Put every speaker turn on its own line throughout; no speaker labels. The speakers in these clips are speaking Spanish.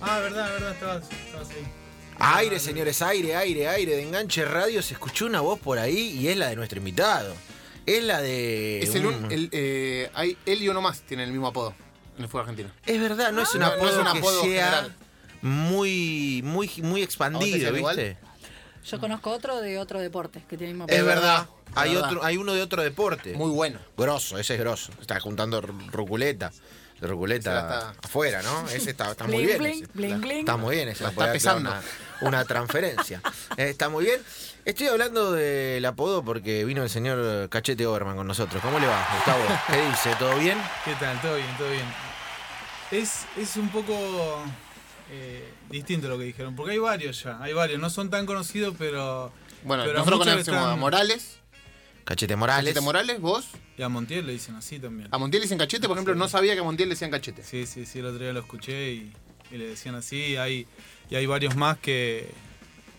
Ah, estabas, estabas ahí.
Aire, señores, aire, aire, aire. De enganche radio se escuchó una voz por ahí y es la de nuestro invitado. Es la de.
Es el,
un-
un- el, eh, hay, él y uno más tienen el mismo apodo en el fútbol argentino.
Es verdad, no es un
Ah, No, no
apodo,
es un apodo
que sea
general.
muy, muy, muy expandido,
decían igual?
¿viste?
Yo conozco otro de otro deporte que tiene el mismo
Es
apellido.
verdad.
Es
Hay,
verdad.
Otro, hay uno de otro deporte.
Muy bueno.
Grosso, ese es grosso. Está juntando ru- ruculeta. De
Ese
ruculeta
la está-
afuera, ¿no? Ese está, está muy
Bling,
bien.
bling,
ese.
bling, bling.
Está muy bien ese.
La
puede
está
hacer
pesando.
Una, una transferencia. Eh, está muy bien. Estoy hablando del apodo porque vino el señor Cachete Oberman con nosotros. ¿Cómo le va, Gustavo? ¿Qué dice? ¿Todo bien?
¿Qué tal? Todo bien, todo bien. Es, es un poco eh, distinto lo que dijeron, porque hay varios ya, hay varios, no son tan conocidos, pero...
Bueno,
pero a
nosotros
muchos le
conocemos a
están-
Morales,
Cachete Morales.
Cachete Morales, vos.
Y a Montiel le dicen así también.
A Montiel le dicen cachete, por ejemplo, no sabía que a Montiel le decían cachete.
Sí, sí, sí, el otro día lo escuché y, y le decían así, y hay, y hay varios más que,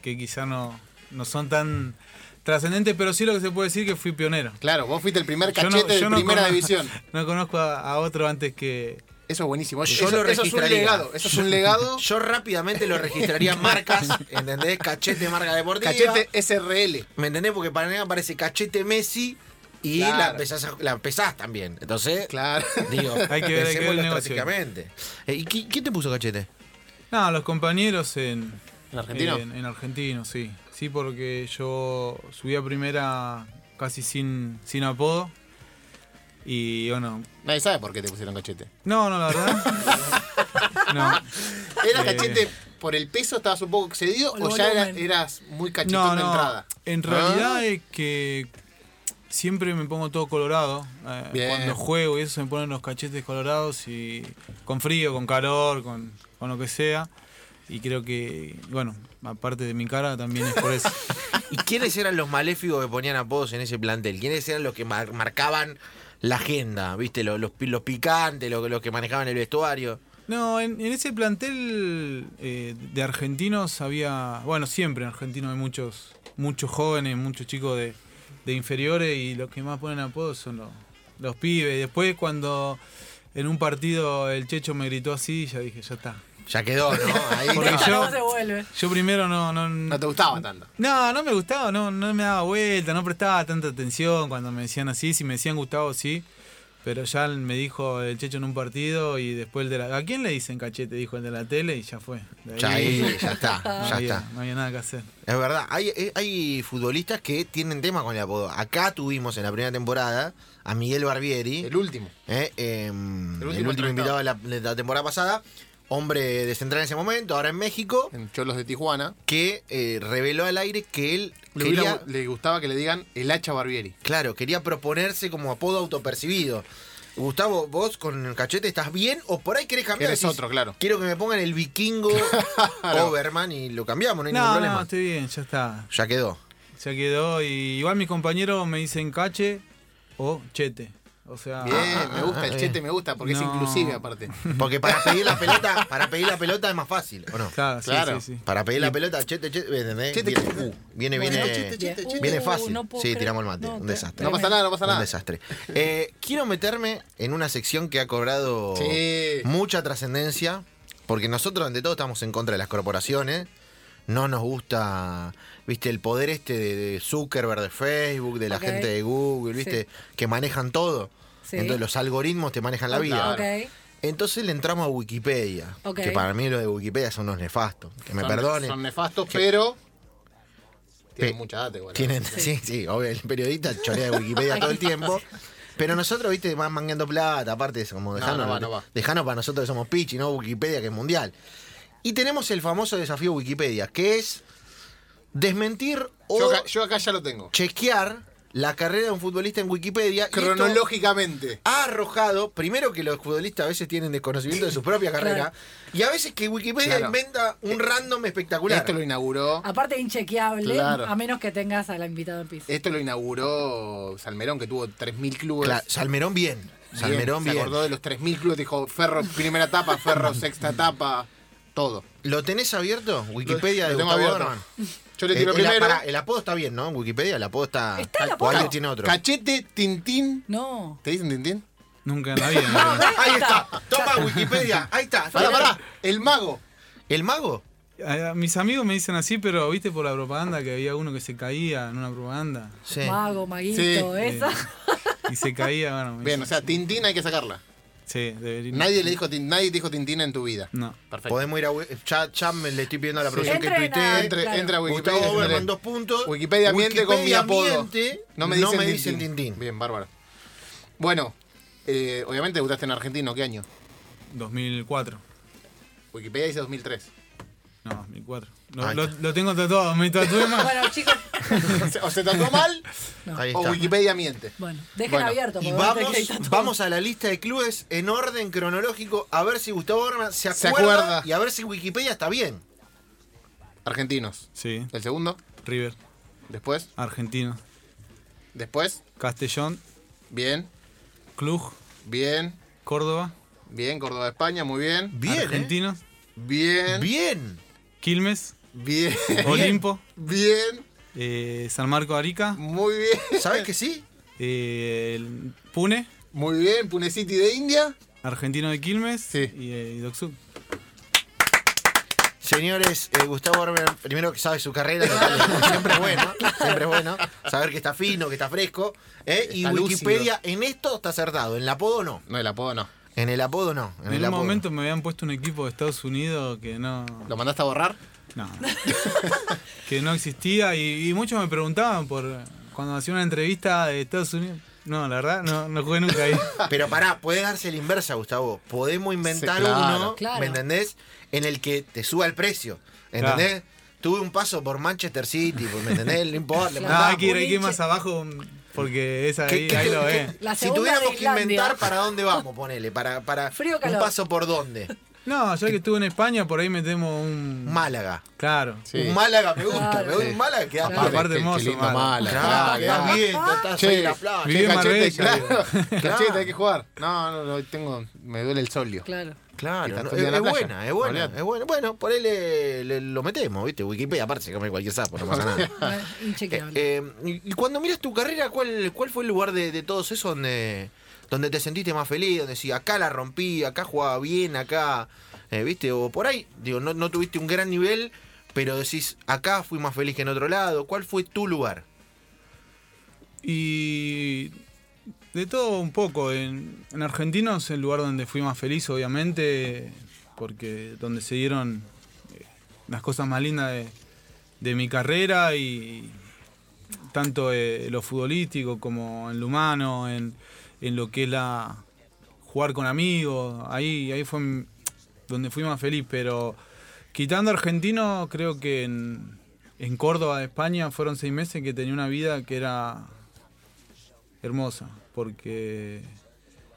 que quizá no, no son tan trascendentes, pero sí lo que se puede decir que fui pionero.
Claro, vos fuiste el primer
Yo no-
cachete
yo
de
no
primera
conozco-
división.
No conozco a, a otro antes que...
Eso es buenísimo.
Yo
eso,
lo
eso es un
registraría.
legado. Eso es un legado.
Yo rápidamente lo registraría en marcas, ¿entendés? Cachete marca deportiva.
cachete SRL.
¿Me entendés? Porque para mí aparece cachete Messi y
Claro.
la, empezás a- la empezás también. Entonces,
Claro.
digo,
Hay que ver, hay que ver el
pensémoslo
negocio.
estratégicamente. Eh, ¿Y qui- quién te puso cachete?
No, los compañeros en,
¿En argentino?
En, en argentino, sí. Sí, porque yo subí a primera casi sin, sin apodo. Y bueno.
Nadie sabe por qué te pusieron cachete.
No, no, la verdad. No.
¿Era
Eh.
cachete por el peso? ¿Estabas un poco excedido?
El
¿O ya era-
volumen.
eras muy cachetón
No,
de
no.
entrada? ¿Ah?
En realidad es que siempre me pongo todo colorado. eh,
Bien.
cuando juego y eso se me ponen los cachetes colorados y con frío, con calor, con, con lo que sea. Y creo que, bueno, aparte de mi cara también es por eso.
¿Y quiénes eran los maléficos que ponían apodos en ese plantel? ¿Quiénes eran los que mar- marcaban la agenda? ¿Viste? Los, los, pi- los picantes, los, los que manejaban el vestuario.
No, en, en ese plantel eh, de argentinos había, bueno, siempre en argentino hay muchos, muchos jóvenes, muchos chicos de, de inferiores y los que más ponen apodos son los, los pibes. Y después cuando en un partido el Checho me gritó así, ya dije, ya está.
Ya quedó, ¿no? Ahí
Porque
está.
Ahora
yo-
no se vuelve.
Yo primero no... No,
No te gustaba tanto.
no, no me gustaba, no, no me daba vuelta, no prestaba tanta atención cuando me decían así, si me decían Gustavo sí, pero ya me dijo el Checho en un partido y después el de la... ¿A quién le dicen cachete? Dijo el de la tele y ya fue. De
Ya ahí, ya está,
no
ya
había,
está.
no había nada que hacer.
Es verdad, hay, eh, hay futbolistas que tienen temas con el apodo. Acá tuvimos en la primera temporada a Miguel Barbieri,
El último.
eh, eh, el, último
entrevistado.
invitado de la, de la temporada pasada, hombre de central en ese momento, ahora en México,
En Cholos de Tijuana.
que eh, reveló al aire que él
Le,
quería,
hubiera- le gustaba que le digan el hacha Barbieri.
claro, quería proponerse como apodo autopercibido. Gustavo, vos con el cachete estás bien o por ahí querés cambiar.
Eres
Decís,
otro, claro.
Quiero que me pongan el vikingo Overman y lo cambiamos, no hay ningún
No,
problema.
no, estoy bien, ya está.
Ya quedó.
Ya quedó y igual mis compañeros me dicen cache o chete. O
Ah.
sea,
Bien, me gusta, el
bien.
chete me gusta porque es
No.
inclusive aparte.
Porque para pedir la pelota, para pedir la pelota es más fácil, ¿o no?
claro, sí,
Claro.
sí, sí.
Para pedir la pelota, chete, chete, ¿entendés?
Chete,
viene,
chete.
uh, viene,
Bueno,
viene,
chete, chete, chete.
viene
Uh,
fácil.
no puedo
sí,
creer.
tiramos el mate,
No,
un
te-
desastre.
No pasa nada, no pasa
Un
nada.
desastre. Eh, quiero meterme en una sección que ha cobrado
Sí.
mucha trascendencia, porque nosotros ante todo estamos en contra de las corporaciones. No nos gusta, viste, el poder este de, de Zuckerberg, de Facebook, de la
Ok.
gente de Google,
Sí.
viste, que manejan todo.
Sí.
Entonces los algoritmos te manejan la vida.
Claro.
Ok.
Entonces le entramos a Wikipedia.
Ok.
Que para mí lo de Wikipedia son unos nefastos. Que me
Son-
perdonen.
Son nefastos, pero. Tienen
Pe-
mucha data igual.
Tienen, sí, sí, obvio, el periodista chorea de Wikipedia todo el tiempo. Pero nosotros, viste, van mangueando plata, aparte es como dejanos,
no va, no va.
dejanos para nosotros que somos pichi, no Wikipedia, que es mundial. Y tenemos el famoso desafío Wikipedia, que es desmentir o
Yo acá, yo acá ya lo tengo.
chequear la carrera de un futbolista en Wikipedia. y esto
Cronológicamente.
ha arrojado, primero que los futbolistas a veces tienen desconocimiento de su propia carrera, y a veces que Wikipedia
Claro. Eh,
inventa un random espectacular.
Esto lo inauguró.
Ah.
Aparte inchequeable,
Claro.
a menos que tengas al invitado en
Eh.
piso.
Esto lo inauguró Salmerón, que tuvo 3.000 clubes.
Cla- Salmerón bien.
Bien,
Salmerón
se
bien.
acordó de los 3.000 clubes, dijo Ferro primera etapa, Ferro sexta etapa, todo.
¿Lo tenés abierto? Wikipedia
Lo
de
tengo
Gustavo Eh,
abierto.
Dorman.
Yo le
El,
tiro
el-
primero.
pará, el apodo está bien, ¿no? En Wikipedia el apodo está.
Está el
O
apodo.
alguien tiene otro.
Cachete Tintín.
No.
¿Te dicen Tintín?
Nunca en la vida.
Ahí está. Toma Wikipedia. Ahí está.
Pará,
Pará,
pará. El mago.
¿El mago?
A- a- Mis amigos me dicen así, pero viste por la propaganda que había uno que se caía en una propaganda
Sí.
Mago, maguito,
Sí.
esa.
Eh, y se caía. Bueno, me
Bien, o
dicen-
sea, Tintín hay que sacarla.
sí, debería-
Nadie le dijo Tin- nadie dijo Tintín en tu vida.
No.
Perfecto.
Podemos ir a. we- Ya, ya me le estoy pidiendo a la producción que
Entren a-
tuitee.
Entre,
Claro.
entra a Wikipedia.
Gustavo
entre-
Overman, dos puntos.
Wikipedia miente con mi
Wikipedia
apodo.
miente,
no me dicen,
Tintín.
Bien, bárbaro. Bueno, eh, obviamente debutaste en Argentino, ¿qué año?
2004.
Wikipedia dice 2003.
No, 2004. Lo,
Ahí
lo-
está.
lo tengo tatuado, me tatué más.
Bueno, chicos,
O se- o se trató mal
Ahí
o
está.
Wikipedia miente.
bueno, dejen
Bueno,
abierto.
Y
porque van a tener
vamos,
que editar todo.
vamos a la lista de clubes en orden cronológico a ver si Gustavo Overman se acuerda,
Se acuerda.
y a ver si Wikipedia está bien.
Argentinos.
Sí,
El segundo,
River,
después,
Argentino,
después,
Castellón,
bien,
Cluj,
bien,
Córdoba,
bien, Córdoba, España, muy bien,
Bien, ¿eh?
Argentinos,
bien,
Bien.
Quilmes,
bien,
Olimpo,
bien,
eh, San Marco de Arica,
muy bien,
¿Sabes que sí?
eh, el Pune,
muy bien, Pune City de India.
Argentino de Quilmes
Sí.
y, eh, y Docsud.
Señores, eh, Gustavo Overman, primero que sabe su carrera, lo cual siempre es bueno, siempre es bueno saber que está fino, que está fresco. ¿eh? Y
Está
Wikipedia en esto está acertado, en el apodo no.
No, el apodo no.
En el apodo no. En,
En,
el
un
apodo.
momento me habían puesto un equipo de Estados Unidos que no.
¿Lo mandaste a borrar?
no. que no existía y, y muchos me preguntaban por cuando hacía una entrevista de Estados Unidos. No, la verdad, no, no jugué nunca ahí.
Pero pará, puede darse la inversa, Gustavo. Podemos inventar
Sí, claro.
uno,
Claro.
¿me entendés? En el que te suba el precio, ¿entendés? Tuve un paso por Manchester City, pues, ¿me entendés? No importa. le
Claro.
No,
mandamos.
hay que ir, hay que ir
Boliche.
más abajo porque esa
¿Qué-
ahí,
qué-
ahí lo
qué-
ve.
La
si
segunda
tuviéramos
de
que
Islandia.
inventar para dónde vamos, ponele, para, para
Frío o
un
calor.
paso por dónde.
No, ya que estuve en España, por ahí metemos un.
Málaga.
Claro.
Sí.
Un Málaga me gusta,
Claro.
me gusta un Málaga que da
Aparte,
palo.
aparte hermoso,
lindo
Málaga.
Málaga.
Claro, queda
Claro.
bien, estás
Che,
ahí en la playa.
Viví en
Che,
Marbella,
cachete, claro.
Claro.
Cachete, hay que jugar. No, no, no, tengo, me duele el solio.
Claro.
Claro,
Quizás
no,
todo
es,
el día en la
es
playa.
buena, es buena,
Olvidate.
es buena. Bueno, por él eh, le- lo metemos, ¿viste? Wikipedia, aparte se come cualquier sapo, no pasa nada.
No, es
Eh,
Inchequeable.
eh, y y cuando miras tu carrera, ¿cuál, cuál fue el lugar de, de todos esos donde, donde te sentiste más feliz? Donde decís, acá la rompí, acá jugaba bien, acá, eh, ¿viste? O por ahí, digo, no, no tuviste un gran nivel, pero decís, acá fui más feliz que en otro lado. ¿Cuál fue tu lugar?
Y de todo un poco. En, en Argentino es el lugar donde fui más feliz, obviamente, porque donde se dieron eh, las cosas más lindas de, de mi carrera y tanto eh, lo futbolístico como en lo humano, en, en lo que es la jugar con amigos, ahí, ahí fue m- donde fui más feliz, pero quitando argentino, creo que en, en Córdoba, España, fueron seis meses que tenía una vida que era hermosa, porque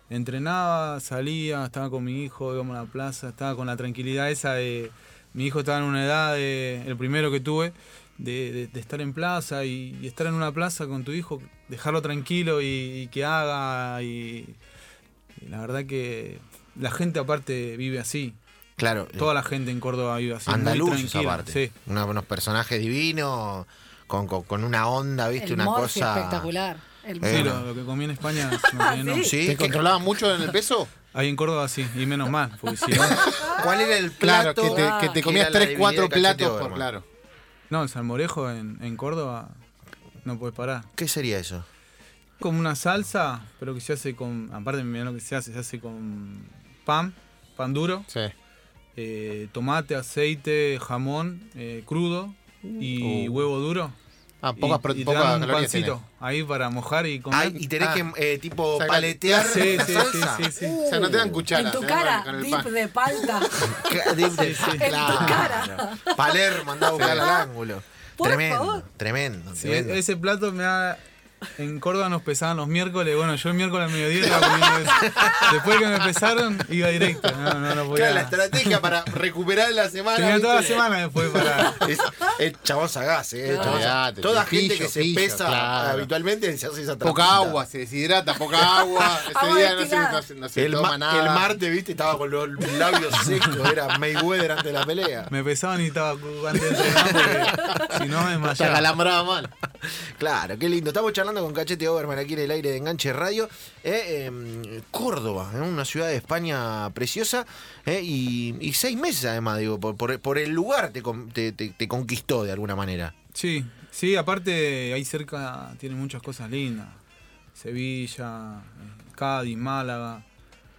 entrenaba, salía, estaba con mi hijo, íbamos a la plaza, estaba con la tranquilidad esa de... Mi hijo estaba en una edad, de- el primero que tuve, de, de- de estar en plaza y, y estar en una plaza con tu hijo, dejarlo tranquilo y, y que haga. Y, y la verdad que la gente aparte vive así.
Claro,
Toda la gente en Córdoba vive así. muy
andaluces
tranquila,
aparte.
Sí.
Una- unos personajes divinos, con, con- con una onda, ¿viste?
el
una
Morphy
cosa...
espectacular. El
Sí,
Eh,
Morphy.
lo, lo que comí en España no tiene nombre.
Sí,
¿Te
que-
controlaba mucho en el peso?
Ahí en Córdoba sí, y menos mal, porque si no.
¿cuál era el
Claro,
plato?
que te, que te
que
comías
era la
3,
dividida
4
de
platos
cachete
por
Overman.
claro.
No, el salmorejo en, en Córdoba no puedes parar.
¿Qué sería eso?
Como una salsa, pero que se hace con. Aparte, mirá lo que se hace, se hace con pan, pan duro.
Sí.
eh, tomate, aceite, jamón eh, crudo y
Oh.
Uh.
huevo duro.
Ah, pocas,
y,
pro-
y te
pocas
dan un
calorías
pancito ahí para mojar y comer.
Ay, y tenés
Ah.
que, eh, tipo,
Sacar-
paletear
sí,
la
sí, sí,
salsa. Uh,
sí, sí.
O sea, no te dan
Uh, En
cucharas.
tu
te dan
cara,
con el
dip
pan.
de palta.
Ca- de- de- claro. Palermo andaba a buscar al ángulo.
Por
tremendo,
favor.
tremendo,
Sí,
tremendo.
ese plato me da... En Córdoba nos pesaban los miércoles. Bueno, yo el miércoles al mediodía estaba comiendo eso. Después que me pesaron, iba directo. No, no, no
Claro,
podía.
la estrategia para recuperar la semana.
Tenía
¿viste?
toda la semana después para...
Es, es chabón sagaz, eh,
Claro.
chabón sagaz.
Olvidate,
Toda
pillo,
gente que se
pillo,
pesa
claro.
habitualmente se hace esa
Poca
trampita.
agua, se deshidrata, poca agua. Ese
Agua
día no se,
destilada.
no se- no se
El,
toma
ma-
nada.
el martes, viste, estaba con los labios secos. Era Mayweather antes de la pelea.
Me pesaban y estaba antes de entrenar porque si no me
Se
desmayaba.
acalambraba mal.
Claro, qué lindo. Estamos charlando con Cachete Overman aquí en el aire de Enganche Radio. Eh, em, Córdoba, en una ciudad de España preciosa. eh, y, y seis meses además, digo, por, por- por el lugar te, con- te- te- te conquistó de alguna manera.
Sí, sí, aparte ahí cerca tiene muchas cosas lindas. Sevilla, eh, Cádiz, Málaga,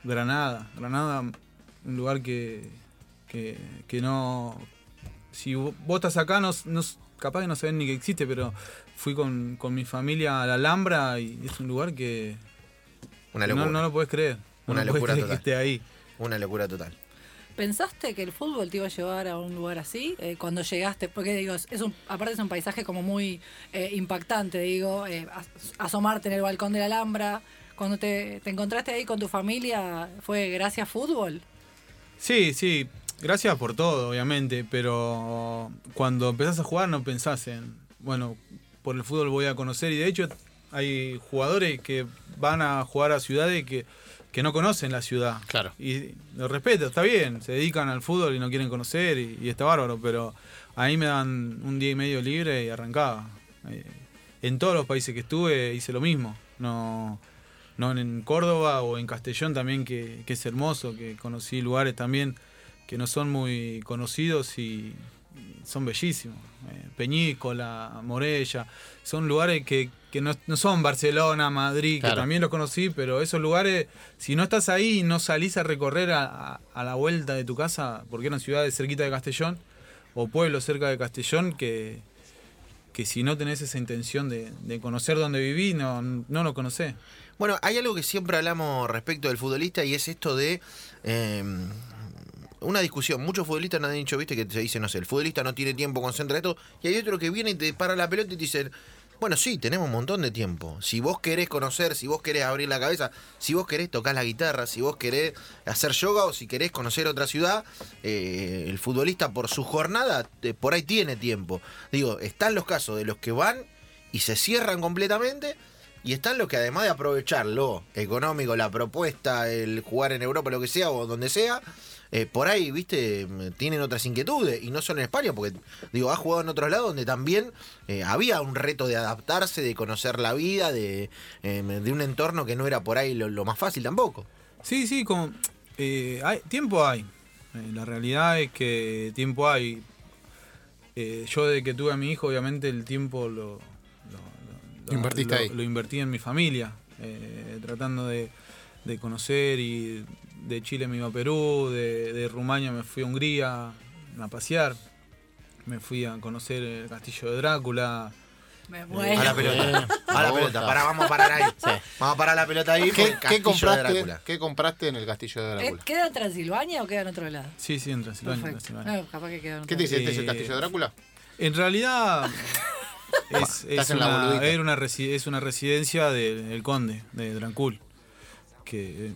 Granada. Granada, un lugar que, que, que no... Si vo- vos estás acá, no, s- no s- capaz que no saben ni que existe, pero fui con, con mi familia a la Alhambra y es un lugar que
Una
que
locura.
no, no lo podés creer. No
Una
lo podés
locura
creer que
total.
esté ahí.
Una locura total.
¿Pensaste que el fútbol te iba a llevar a un lugar así? Eh, cuando llegaste, porque digo, es un, aparte es un paisaje como muy eh, impactante, digo, eh, as- asomarte en el balcón de la Alhambra. Cuando te, te encontraste ahí con tu familia, ¿fue gracias fútbol?
Sí, sí. Gracias por todo, obviamente, pero cuando empezás a jugar no pensás en, bueno, por el fútbol voy a conocer y de hecho hay jugadores que van a jugar a ciudades que, que no conocen la ciudad.
Claro.
Y lo respeto, está bien, se dedican al fútbol y no quieren conocer y, y está bárbaro, pero ahí me dan un día y medio libre y arrancaba. Eh, En todos los países que estuve hice lo mismo. No, no en Córdoba o en Castellón también, que, que es hermoso, que conocí lugares también que no son muy conocidos y son bellísimos. Eh, Peñícola, Morella, son lugares que, que no, no son Barcelona, Madrid,
Claro.
que también los conocí, pero esos lugares, si no estás ahí y no salís a recorrer a, a- a la vuelta de tu casa, porque eran ciudades cerquita de Castellón, o pueblos cerca de Castellón, que, que si no tenés esa intención de, de conocer dónde viví, no, no lo conocés.
Bueno, hay algo que siempre hablamos respecto del futbolista y es esto de eh, una discusión. Muchos futbolistas nos han dicho, viste, que te dicen, no sé, el futbolista no tiene tiempo, concentra esto. Y hay otro que viene y te para la pelota y te dicen, bueno, sí, tenemos un montón de tiempo. Si vos querés conocer, si vos querés abrir la cabeza, si vos querés tocar la guitarra, si vos querés hacer yoga o si querés conocer otra ciudad, eh, el futbolista por su jornada, te- por ahí tiene tiempo. Digo, están los casos de los que van y se cierran completamente. Y están los que además de aprovechar lo económico, la propuesta, el jugar en Europa, lo que sea o donde sea, eh, por ahí, viste, tienen otras inquietudes. Y no solo en España, porque, digo, ha jugado en otros lados donde también eh, había un reto de adaptarse, de conocer la vida, de, eh, de un entorno que no era por ahí lo, lo más fácil tampoco.
Sí, sí, como, eh, hay, tiempo hay. Eh, la realidad es que tiempo hay. Eh, yo desde que tuve a mi hijo, obviamente el tiempo lo, lo-
Lo invertiste ahí.
lo invertí en mi familia, eh, tratando de, de conocer y de Chile me iba a Perú, de, de Rumania me fui a Hungría a pasear, me fui a conocer el castillo de Drácula.
Me
A la
muero.
pelota. A la
Me
pelota.
gusta.
Pará, vamos a parar ahí. Vamos a parar la pelota ahí. por el
¿Qué,
Castillo
qué
de
compraste,
Drácula.
¿Qué compraste en el castillo de
Eh,
Drácula?
¿Queda en Transilvania o queda en otro lado?
Sí, sí, en Transilvania. en
Perfecto.
Transilvania.
No, capaz que queda en otro
¿Qué te dice? ¿Este es el
Eh,
castillo de Drácula?
En realidad es, es
en la
una,
boludita.
era una resi- es una residencia de- del conde, de Drancul, que eh,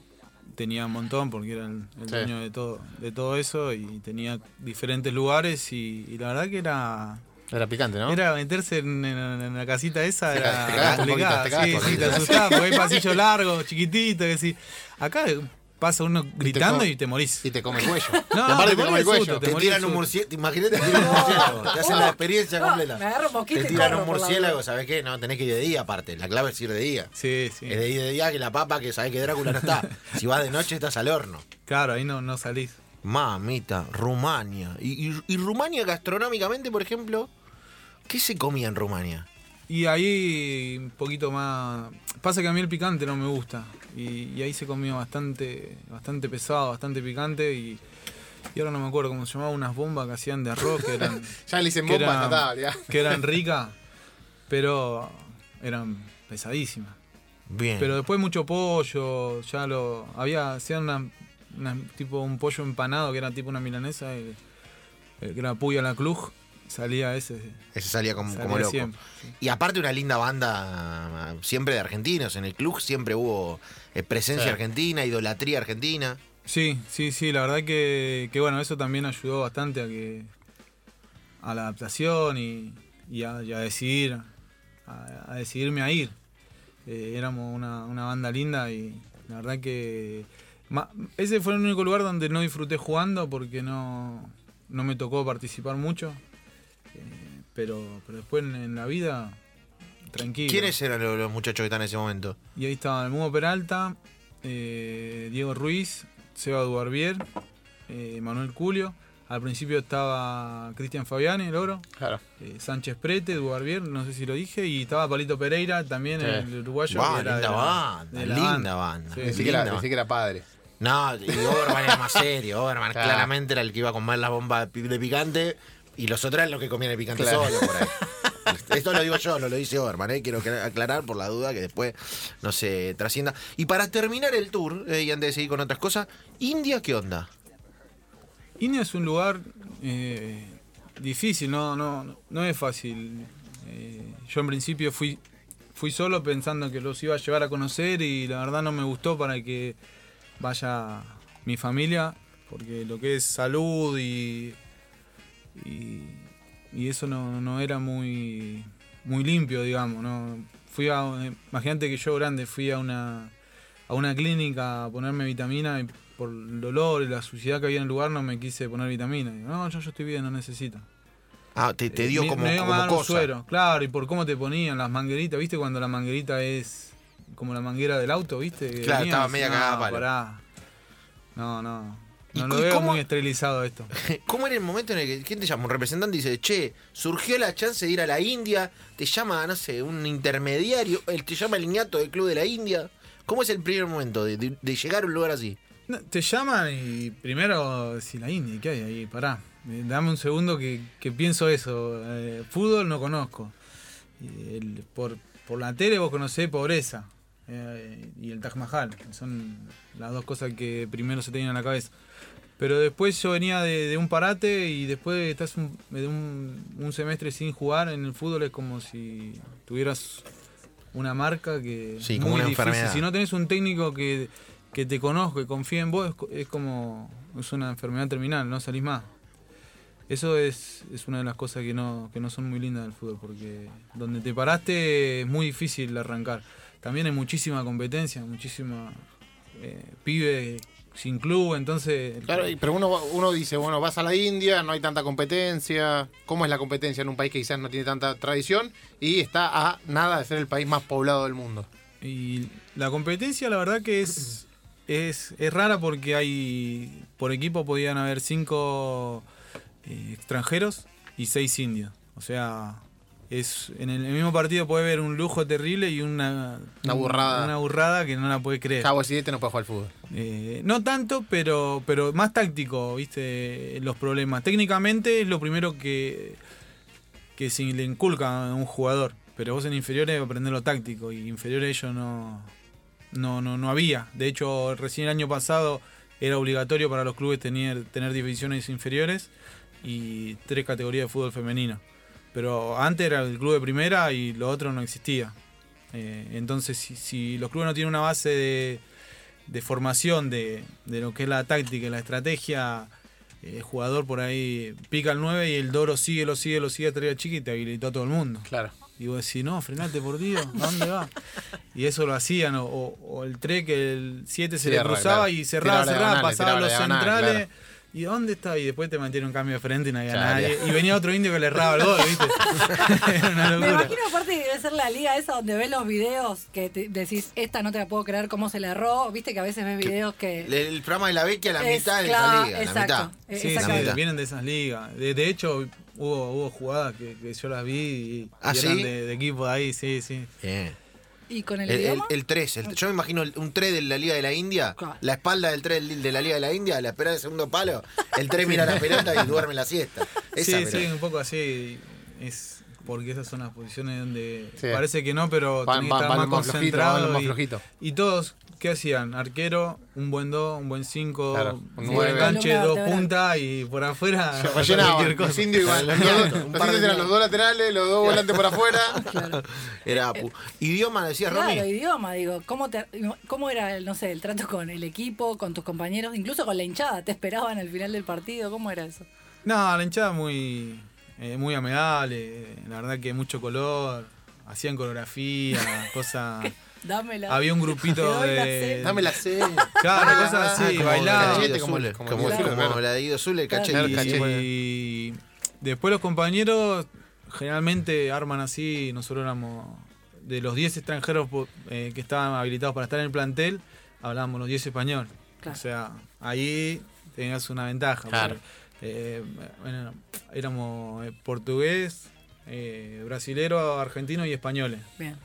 tenía un montón porque era el, el
Sí.
dueño de todo, de todo eso y tenía diferentes lugares y, y la verdad que era...
Era picante, ¿no?
Era meterse en, en- en la casita esa, era
te cagaste un poquito,
complicada.
te cagaste
sí,
un
sí, te
poquito.
asustaba, porque hay pasillos largos, chiquititos, que sí. Acá pasa uno gritando
co-
y te morís.
Y te come el cuello.
No,
Y
te
aparte te come
morís
el
de
cuello.
susto,
Te
morís de
tiran un
susto.
murciélago. Imagínate, te tiran un murciélago. Te hacen la experiencia
No,
completa.
me agarro un mosquito
Te
y
tiran
corro
un
por la
murciélago,
ventana.
¿sabés qué? No, tenés que ir de día aparte. La clave es ir de día.
Sí, sí.
Eh,
Es de ir de día que la papa, que sabés que Drácula no está. Si vas de noche, estás al horno.
Claro, ahí no, no salís.
Mamita, Rumania. Y, y- y Rumania gastronómicamente, por ejemplo, ¿qué se comía en Rumania?
Y ahí un poquito más. Pasa que a mí el picante no me gusta. Y, y ahí se comió bastante, bastante pesado, bastante picante. Y, y ahora no me acuerdo cómo se llamaba, unas bombas que hacían de arroz que eran,
Ya le dicen
que
bomba
eran-
estatal, ya.
que eran ricas, pero eran pesadísimas.
Bien.
Pero después mucho pollo, ya lo. Había, hacían una, una- tipo un pollo empanado que era tipo una milanesa, y- eh, que era puya a la cluj, salía ese.
Ese salía como,
salía
como loco.
siempre.
Y aparte una linda banda ah, siempre de argentinos. En el club siempre hubo eh, presencia
Sí.
argentina, idolatría argentina.
Sí, sí, sí, la verdad que, que, bueno, eso también ayudó bastante a que a la adaptación y, y a, y a decidir a, a decidirme a ir. Eh, éramos una, una banda linda y la verdad que ma- ese fue el único lugar donde no disfruté jugando porque no, no me tocó participar mucho. Eh, pero, pero después en, en la vida tranquilo.
¿Quiénes eran los, los muchachos que están en ese momento?
Y ahí estaban el Mugo Peralta, eh, Diego Ruiz, Seba Duarbier, eh, Manuel Culio. Al principio estaba Cristian Fabiani, el oro,
Claro.
eh, Sánchez Prete, Duarbier, no sé si lo dije, y estaba Palito Pereira, también
Sí.
el uruguayo.
Bah,
que era de
linda
la-
banda,
de la
linda
banda.
banda.
Sí.
Decí que,
Linda
era,
banda.
decí que era padre.
No, y Oberman era más serio. Oberman
Claro.
claramente era el que iba a comer la bomba de pi- de picante y los otros eran los que comían el picante
Claro.
solo por ahí. Esto lo digo yo, no lo dice Oberman, ¿eh? quiero que- aclarar por la duda que después no se trascienda. Y para terminar el tour, eh, y antes de seguir con otras cosas, ¿India qué onda?
India es un lugar eh, difícil, no, no, no es fácil. Eh, yo en principio fui, fui solo pensando que los iba a llevar a conocer y la verdad no me gustó para que vaya mi familia, porque lo que es salud y, y, y eso no, no era muy, muy limpio, digamos. ¿no? Fui a, eh, imagínate que yo grande fui a una, a una clínica a ponerme vitamina y por el dolor y la suciedad que había en el lugar no me quise poner vitamina. Digo, no, yo, yo estoy bien, no necesito.
Ah, te, te dio
Eh, Me-
como,
me iban a
como
dar un
cosa.
suero, claro, y por cómo te ponían las mangueritas, ¿viste? Cuando la manguerita es como la manguera del auto, ¿viste? Que
Claro, estaba
y
media
decís,
cagada a
"No,
palo".
pará. No, no.
¿Y
No
cu-
lo
y
veo
cómo-
muy esterilizado esto.
¿Cómo era el momento en el que quién te llama? Un representante dice, che, surgió la chance de ir a la India, te llama, no sé, un intermediario, él te llama el ñato del club de la India. ¿Cómo es el primer momento de, de- de llegar a un lugar así?
No, te llaman y primero si la India, ¿qué hay ahí? Pará. Eh, Dame un segundo que, que pienso eso. Eh, fútbol no conozco. Y Eh, el- por, por la tele vos conocés pobreza eh, y el Taj Mahal. Son las dos cosas que primero se te vienen a la cabeza. Pero después yo venía de, de un parate y después estás un, de un, un semestre sin jugar en el fútbol es como si tuvieras una marca que
Sí,
es
como
muy
una
difícil.
enfermedad.
Si no tenés un técnico que, que te conozca y confía en vos, es co- es, como es una enfermedad terminal, no salís más. Eso es, es una de las cosas que no, que no son muy lindas del fútbol, porque donde te paraste es muy difícil arrancar. También hay muchísima competencia, muchísima eh, pibe sin club, entonces el-
Claro, y- pero uno, uno dice, bueno, vas a la India, no hay tanta competencia. ¿Cómo es la competencia en un país que quizás no tiene tanta tradición y está a nada de ser el país más poblado del mundo?
Y la competencia, la verdad que es, es, es rara porque hay. Por equipo podían haber cinco eh, extranjeros y seis indios. O sea, es en el mismo partido puede haber un lujo terrible y una.
Una burrada.
Una burrada que no la puede creer.
Cabo Occidente este no puede jugar al fútbol.
Eh, no tanto, pero, pero más táctico, viste, los problemas. Técnicamente es lo primero que, que se le inculca a un jugador. Pero vos en inferiores aprender lo táctico. Y inferiores ellos no, no, no, no había. De hecho, recién el año pasado era obligatorio para los clubes tener, tener divisiones inferiores y tres categorías de fútbol femenino. Pero antes era el club de primera y lo otro no existía. Eh, entonces, si, si los clubes no tienen una base de, de formación de, de lo que es la táctica y la estrategia, eh, el jugador por ahí pica el 9 y el Doro sigue, lo sigue, lo sigue hasta arriba chica y te habilitó a todo el mundo.
Claro.
Y vos decís, no, frenate por Dios, ¿a dónde va? Y eso lo hacían, o, o- o el 3 que el 7 se
Sí,
le
arra-
cruzaba
claro.
y cerraba,
Tiraba la
cerraba,
diagonal,
pasaba
tiraba
los
la diagonal,
centrales.
claro.
¿Y dónde está? Y después te mantiene un cambio de frente y no había
Claro.
nadie. Y venía otro indio que le erraba el gol, ¿viste? Era una
Me
locura.
imagino aparte que debe ser la liga esa donde ves los videos que te- decís, esta no te la puedo creer cómo se la erró. Viste que a veces ves videos que...
El, el programa de la Vecchia a la
Eh, Es
mitad de
claro,
la liga, la
exacto.
mitad.
Eh,
Sí,
esa
sí,
La mitad.
vienen de esas ligas. De, de hecho, hubo, hubo jugadas que, que yo las vi y,
¿Ah,
y eran
sí?
de, de equipo de ahí, sí, sí.
Bien.
Y con el,
El, el-
idioma...
el 3, el- yo me imagino el- un 3 de la Liga de la India,
Claro.
la espalda del 3 de la Liga de la India, a la espera del segundo palo, el 3 mira la pelota y duerme la siesta. Esa,
sí,
mirá.
sí, un poco así. Es porque esas son las posiciones donde
Sí.
parece que no, pero
Van,
tenés que
van-
estar
van
más,
lo más flojito, van
concentrado.
lo más
y-
flojito.
y, todos, ¿qué hacían? Arquero, un buen 2, un buen 5,
Claro, un
un buen
nueve.
enganche,
Columna
dos
vertebral.
puntas y por afuera
Se
cualquier
rellenaban,
cosa.
los indios iban, los dos- los
Un par de
indios eran los dos laterales, los dos volantes por afuera.
Era pu- idioma, decía Romy.
Eh, Claro, idioma, digo, ¿cómo, te, ¿cómo era, no sé, el trato con el equipo, con tus compañeros, incluso con la hinchada? ¿Te esperaban al final del partido? ¿Cómo era eso?
No, la hinchada muy, eh, muy amigable, eh, la verdad que mucho color, hacían coreografía, cosas...
Dámela.
Había un grupito
Te doy la
de...
C.
Dame la C.
Claro,
Ah,
cosas así,
como
bailaba.
el
cachete,
cachete,
como
como,
el-
el-
como
como
el-
el-
claro.
como la de Ido Azul, el
Claro.
cachete.
Claro,
Y-
cachete.
Y después los compañeros generalmente arman así, nosotros éramos de los 10 extranjeros po- eh, que estaban habilitados para estar en el plantel, hablábamos los 10 españoles.
Claro.
O sea, ahí tenías una ventaja.
Claro.
porque, eh, bueno, éramos eh, portugués, eh, brasilero, argentino y españoles.
Bien.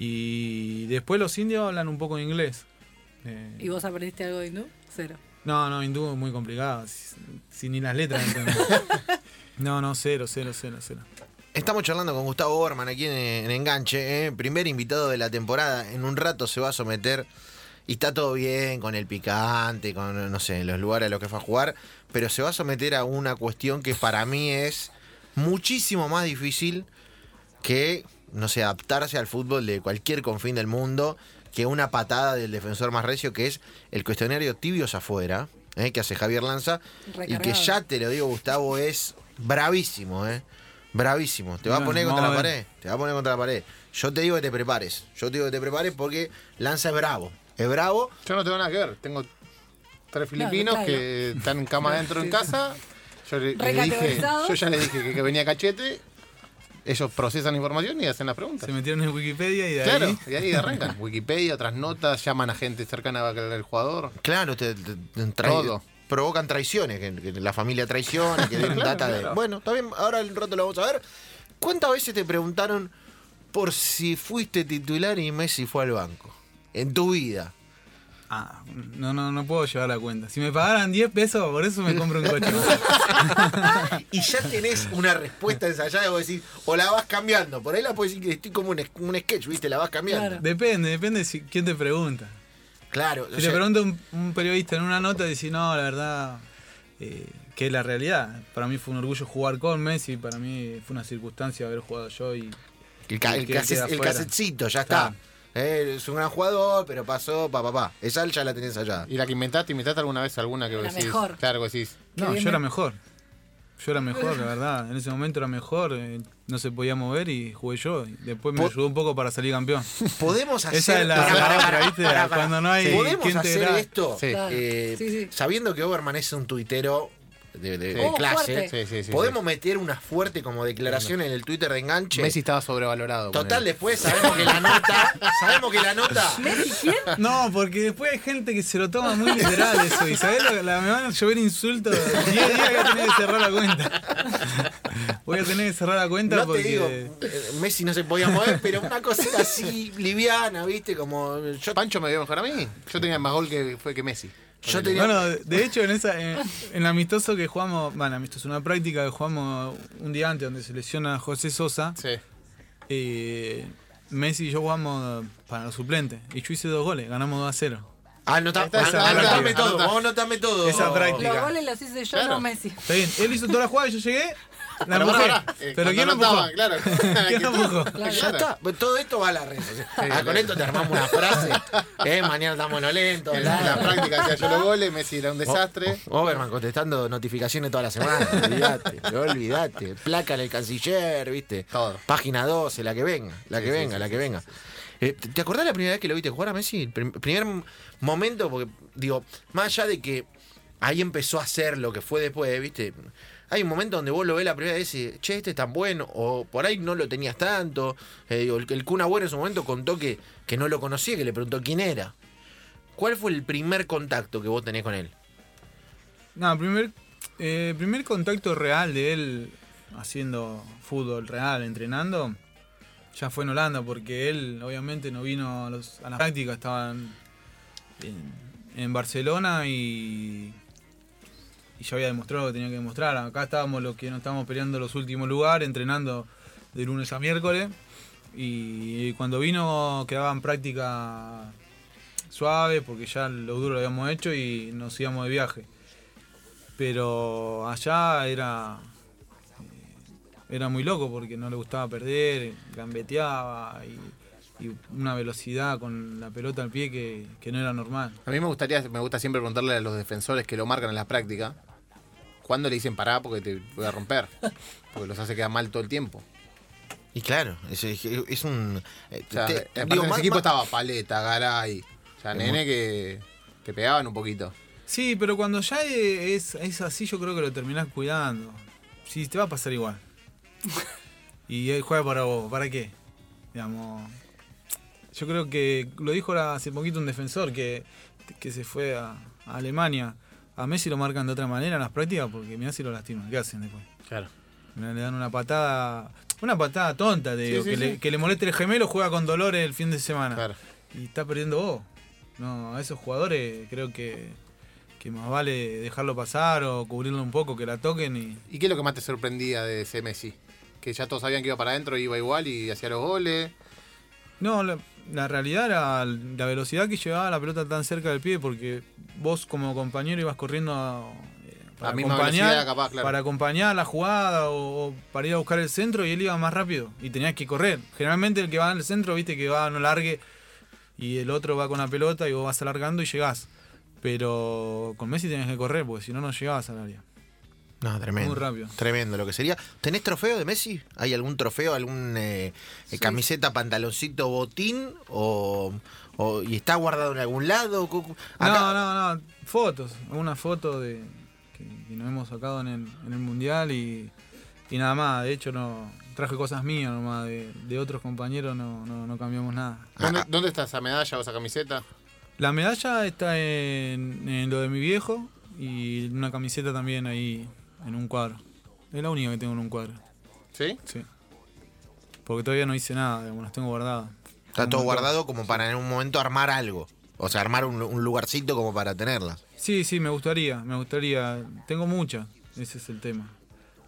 Y después los indios hablan un poco de inglés. Eh,
¿Y vos aprendiste algo de hindú? Cero.
no, no, hindú es muy complicado. Si, si ni las letras entendés. No, no, cero, cero, cero, cero.
Estamos charlando con Gustavo Borman aquí en, en Enganche, ¿eh? primer invitado de la temporada. En un rato se va a someter y está todo bien con el picante, con no sé, los lugares a los que fue a jugar, pero se va a someter a una cuestión que para mí es muchísimo más difícil que, no sé, adaptarse al fútbol de cualquier confín del mundo que una patada del defensor más recio, que es el cuestionario tibios afuera, ¿eh? que hace Javier Lanza, y que
Recargado.
ya te lo digo, Gustavo, es bravísimo, ¿eh? Bravísimo. Te va a
Bueno,
poner contra la
vamos a
pared.
ver.
Te va a poner contra la pared. Yo te digo que te prepares. Yo te digo que te prepares porque Lanza es bravo. Es bravo.
Yo no tengo nada que ver. Tengo tres filipinos
claro.
que están en cama adentro en
Sí, sí.
casa. Yo, le- le dije,
Recategorizados.
yo ya le dije que, que venía cachete. Ellos procesan información y hacen las preguntas.
Se metieron en Wikipedia y de
Claro,
ahí.
y ahí arrancan. Wikipedia, otras notas, llaman a gente cercana al jugador.
Claro, te, te- te- trai-
Todo.
provocan traiciones. Que, que la familia traiciona, que den
Claro,
data de.
claro.
Bueno, está bien. Ahora el rato lo vamos a ver. ¿Cuántas veces te preguntaron por si fuiste titular y Messi fue al banco? En tu vida.
Ah, no, no, no puedo llevar la cuenta. Si me pagaran 10 pesos, por eso me compro un coche.
y ya tenés una respuesta ensayada y vos decís, o la vas cambiando. Por ahí la puedes decir que estoy como un, es- un sketch, ¿viste? La vas cambiando.
Claro.
depende, depende si, quién te pregunta.
Claro. o
Si
sea,
le pregunta un, un periodista en una nota, dice, no, la verdad, eh, que es la realidad. Para mí fue un orgullo jugar con Messi, para mí fue una circunstancia haber jugado yo y...
el, ca- el
que queda
cassette- el
afuera.
cassettecito, ya está.
Claro.
Eh, es un gran jugador, pero pasó, pa, pa, pa. Esa ya la tenés allá.
Y la que inventaste, inventaste alguna vez alguna que
La
vos decís.
mejor.
Claro, que decís.
Qué
No,
bien,
yo era
¿eh?
mejor. Yo era mejor, la verdad. En ese momento era mejor, eh, no se podía mover y jugué yo. Y Después me
Po-
ayudó un poco para salir campeón.
Podemos hacer.
Esa es la,
Pará,
la
pará,
otra,
pará,
¿viste?
pará, pará.
Cuando no hay
Podemos
quien te
hacer
graba.
esto.
Sí.
Claro.
eh,
Sí, sí.
Sabiendo que Oberman es un tuitero de, de- de
Sí. Oh,
clase,
fuerte.
Sí, sí, sí,
podemos meter una fuerte como declaración en el Twitter de enganche.
Messi estaba sobrevalorado.
Total,
ponele.
después sabemos que la nota. Sabemos que la nota.
¿Messi quién?
No, porque después hay gente que se lo toma muy literal eso. Y sabés, lo, la, me van a llover insultos. 10 días voy a tener que cerrar la cuenta. Voy a tener que cerrar la cuenta
No
porque.
te digo, eh, Messi no se podía mover, pero una cosa era así liviana, ¿viste? Como yo,
Pancho me vio mejor a mí. Yo tenía más gol que, fue que Messi.
yo tenía.
Bueno, de hecho, en esa en, en la amistoso que jugamos, bueno, amistoso, una práctica que jugamos un día antes donde se lesiona José Sosa,
Sí.
eh, Messi y yo jugamos para los suplentes. Y yo hice dos goles, ganamos 2 a 0.
Ah, no,
Esa
práctica.
anotame todo,
Anotá.
vos anotame todo.
Esa práctica.
Los goles los hice yo,
Claro.
no Messi.
Está bien, él hizo toda la jugada, yo llegué, la
Pero
empujé.
pará, pará. Eh,
Pero
cuando
¿quién
no
la empujó?
estaba, claro.
¿Quién la empujó?
Claro.
Ya está, Pues todo esto va a la red. social. Ah, con
claro.
esto te armamos una frase. Eh, mañana estamos lo lento.
En
bla,
la
bla.
práctica hacía yo los goles, Messi era un desastre.
Oh, Oberman contestando notificaciones toda la semana. Olvídate, olvídate. Placa en el canciller, ¿viste?
Todo.
Página 12, la que venga, la que
sí,
venga,
sí,
la
sí,
que venga. Eh, ¿te- ¿Te acordás la primera vez que lo viste jugar a Messi? El prim- primer m- momento, porque, digo, más allá de que ahí empezó a hacer lo que fue después, ¿viste? Hay un momento donde vos lo ves la primera vez y decís, che, este es tan bueno, o por ahí no lo tenías tanto. Eh, digo, el, el Kun Agüero en su momento contó que, que no lo conocía, que le preguntó quién era. ¿Cuál fue el primer contacto que vos tenés con él?
No, primer, eh, primer contacto real de él haciendo fútbol real, entrenando, ya fue en Holanda, porque él obviamente no vino a, los, a las prácticas, estaban en, en Barcelona y, y ya había demostrado lo que tenía que demostrar. Acá estábamos los que no estábamos peleando los últimos lugares, entrenando de lunes a miércoles. Y cuando vino quedaban práctica suave porque ya lo duro lo habíamos hecho y nos íbamos de viaje pero allá era eh, era muy loco porque no le gustaba perder, gambeteaba y, y una velocidad con la pelota al pie que, que no era normal.
A mí me gustaría, me gusta siempre preguntarle a los defensores que lo marcan en la práctica, ¿cuándo le dicen pará porque te voy a romper? Porque los hace quedar mal todo el tiempo.
Y claro, es, es- es un. eh,
O sea,
te-
aparte
digo,
en
más-
ese equipo
más-
estaba Paleta, Garay, o sea, nene que, que pegaban un poquito.
Sí, pero cuando ya e- es, es así yo creo que lo terminás cuidando. Sí, te va a pasar igual. Y él juega para vos, ¿para qué? digamos, yo creo que lo dijo ahora hace poquito un defensor que, que se fue a, a Alemania. A Messi lo marcan de otra manera en las prácticas porque mirá si lo lastiman. ¿Qué hacen después?
Claro.
Mirá, le dan una patada, una patada tonta, te
Sí,
digo,
sí,
que, Le,
sí.
que le moleste el gemelo, juega con dolores el fin de semana.
Claro.
Y está perdiendo vos. No, a esos jugadores creo que, que más vale dejarlo pasar o cubrirlo un poco, que la toquen y...
¿Y qué es lo que más te sorprendía de ese Messi? Que ya todos sabían que iba para adentro, iba igual y hacía los goles.
No, la, la realidad era la velocidad que llevaba la pelota tan cerca del pie, porque vos como compañero ibas corriendo a, eh,
La misma velocidad, capaz, claro.
para acompañar la jugada o, o para ir a buscar el centro y él iba más rápido y tenías que correr. Generalmente el que va en el centro, viste que va no largue y el otro va con la pelota y vos vas alargando y llegás. Pero con Messi tenías que correr, porque si no, no llegabas al área.
No, tremendo.
Muy rápido.
Tremendo lo que sería. ¿Tenés trofeo de Messi? ¿Hay algún trofeo, algún eh, eh, camiseta, pantaloncito, botín? O, o- ¿Y está guardado en algún lado? Cu- cu-
No,
Acá-
no, no. Fotos. Una foto de que, que nos hemos sacado en el, en el mundial y, y nada más. De hecho, no traje cosas mías nomás. De, de otros compañeros no, no, no cambiamos nada.
¿Dónde,
Ah, ah.
dónde está esa medalla o esa camiseta?
La medalla está en, en lo de mi viejo y una camiseta también ahí en un cuadro. Es la única que tengo en un cuadro,
¿Sí?
sí. Porque todavía no hice nada, digamos, las tengo guardadas.
Está todo
Como-
guardado como para en un momento armar algo. O sea, armar un, un lugarcito como para tenerlas.
Sí, sí, me gustaría, me gustaría. Tengo muchas, ese es el tema.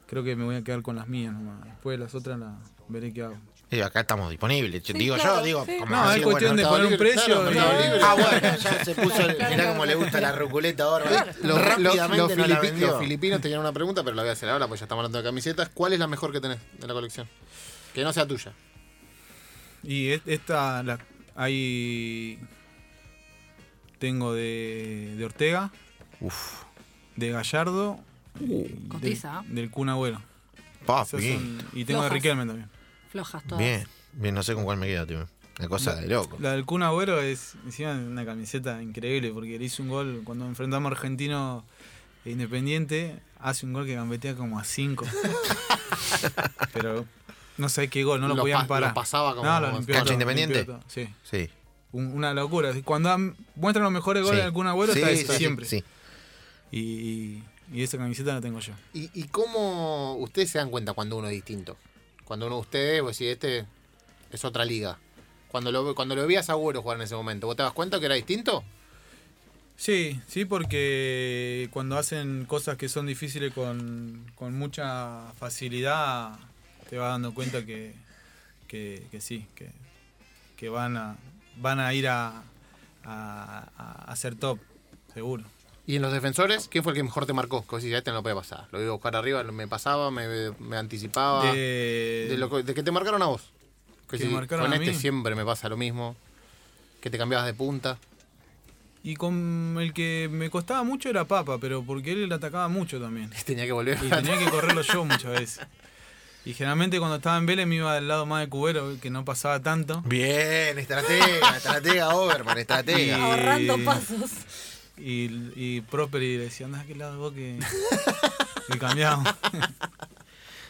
Creo que me voy a quedar con las mías nomás. Después las otras las veré qué hago.
Y Eh, acá estamos disponibles. Che,
Sí,
digo
claro,
yo, digo.
sí.
Ah,
como
No,
así,
es cuestión de
Mercado
poner un
Libre,
precio.
claro, Mercado
y-
Libre.
Ah, bueno, ya se puso. el-
Claro,
mirá
claro.
cómo le gusta la ruculeta ahora. ¿verdad?
Los, los-
Rápidamente
los
no la
filipi-
vendió.
los filipinos tenían una pregunta, pero la voy a hacer ahora porque ya estamos hablando de camisetas. ¿Cuál es la mejor que tenés de la colección? Que no sea tuya.
Y e- esta la, hay tengo de, de Ortega,
Uf,
de Gallardo, eh,
Cotiza.
del, del Kun Agüero.
papi.
Esas son- y tengo de
Flojas.
Riquelme también.
Flojas todas.
Bien, bien, no sé con cuál me quedo, tío. Una cosa de loco.
La del Kun Agüero es encima una camiseta increíble porque le hizo un gol cuando enfrentamos a Argentino e Independiente, hace un gol que gambetea como a 5. Pero no sé qué gol, no lo,
Lo
podían
pa-
parar.
lo pasaba como-
no, lo limpió
¿Cancha
todo,
Independiente?
limpió todo, Sí.
Sí.
Un- una locura. Cuando am- muestran los mejores goles
sí.
de algún abuelo,
Sí,
está
sí,
ese
sí,
siempre.
sí.
Y, y- y esa camiseta la tengo yo.
¿Y, y cómo ustedes se dan cuenta cuando uno es distinto? Cuando uno de ustedes, vos decís, este es otra liga. Cuando lo, cuando lo veías a Güero jugar en ese momento, ¿vos te das cuenta que era distinto?
Sí, sí, porque cuando hacen cosas que son difíciles con, con mucha facilidad, te vas dando cuenta que, que, que sí, que, que van, a, van a ir a, a, a- a ser top, seguro.
Y en los defensores, ¿quién fue el que mejor te marcó? Que vos decís, "A este no lo puede pasar. Lo iba a buscar arriba, me pasaba, me, me anticipaba. De,
De-
lo que- Ah, de que te marcaron a vos.
que
Que si,
me marcaron
con
a
este
mí".
siempre me pasa lo mismo. Que te cambiabas de punta.
y con el que me costaba mucho era Papa, pero porque él le atacaba mucho también.
Tenía que volver.
Y tenía que correrlo yo muchas veces. Y generalmente cuando estaba en Vélez me iba del lado más de Cubero, que no pasaba tanto.
Bien, estratega, estratega, Overman,
Y-
estratega.
Ahorrando pasos.
Y, y Proper y le decía, andá a aquel lado vos que... Y cambiamos.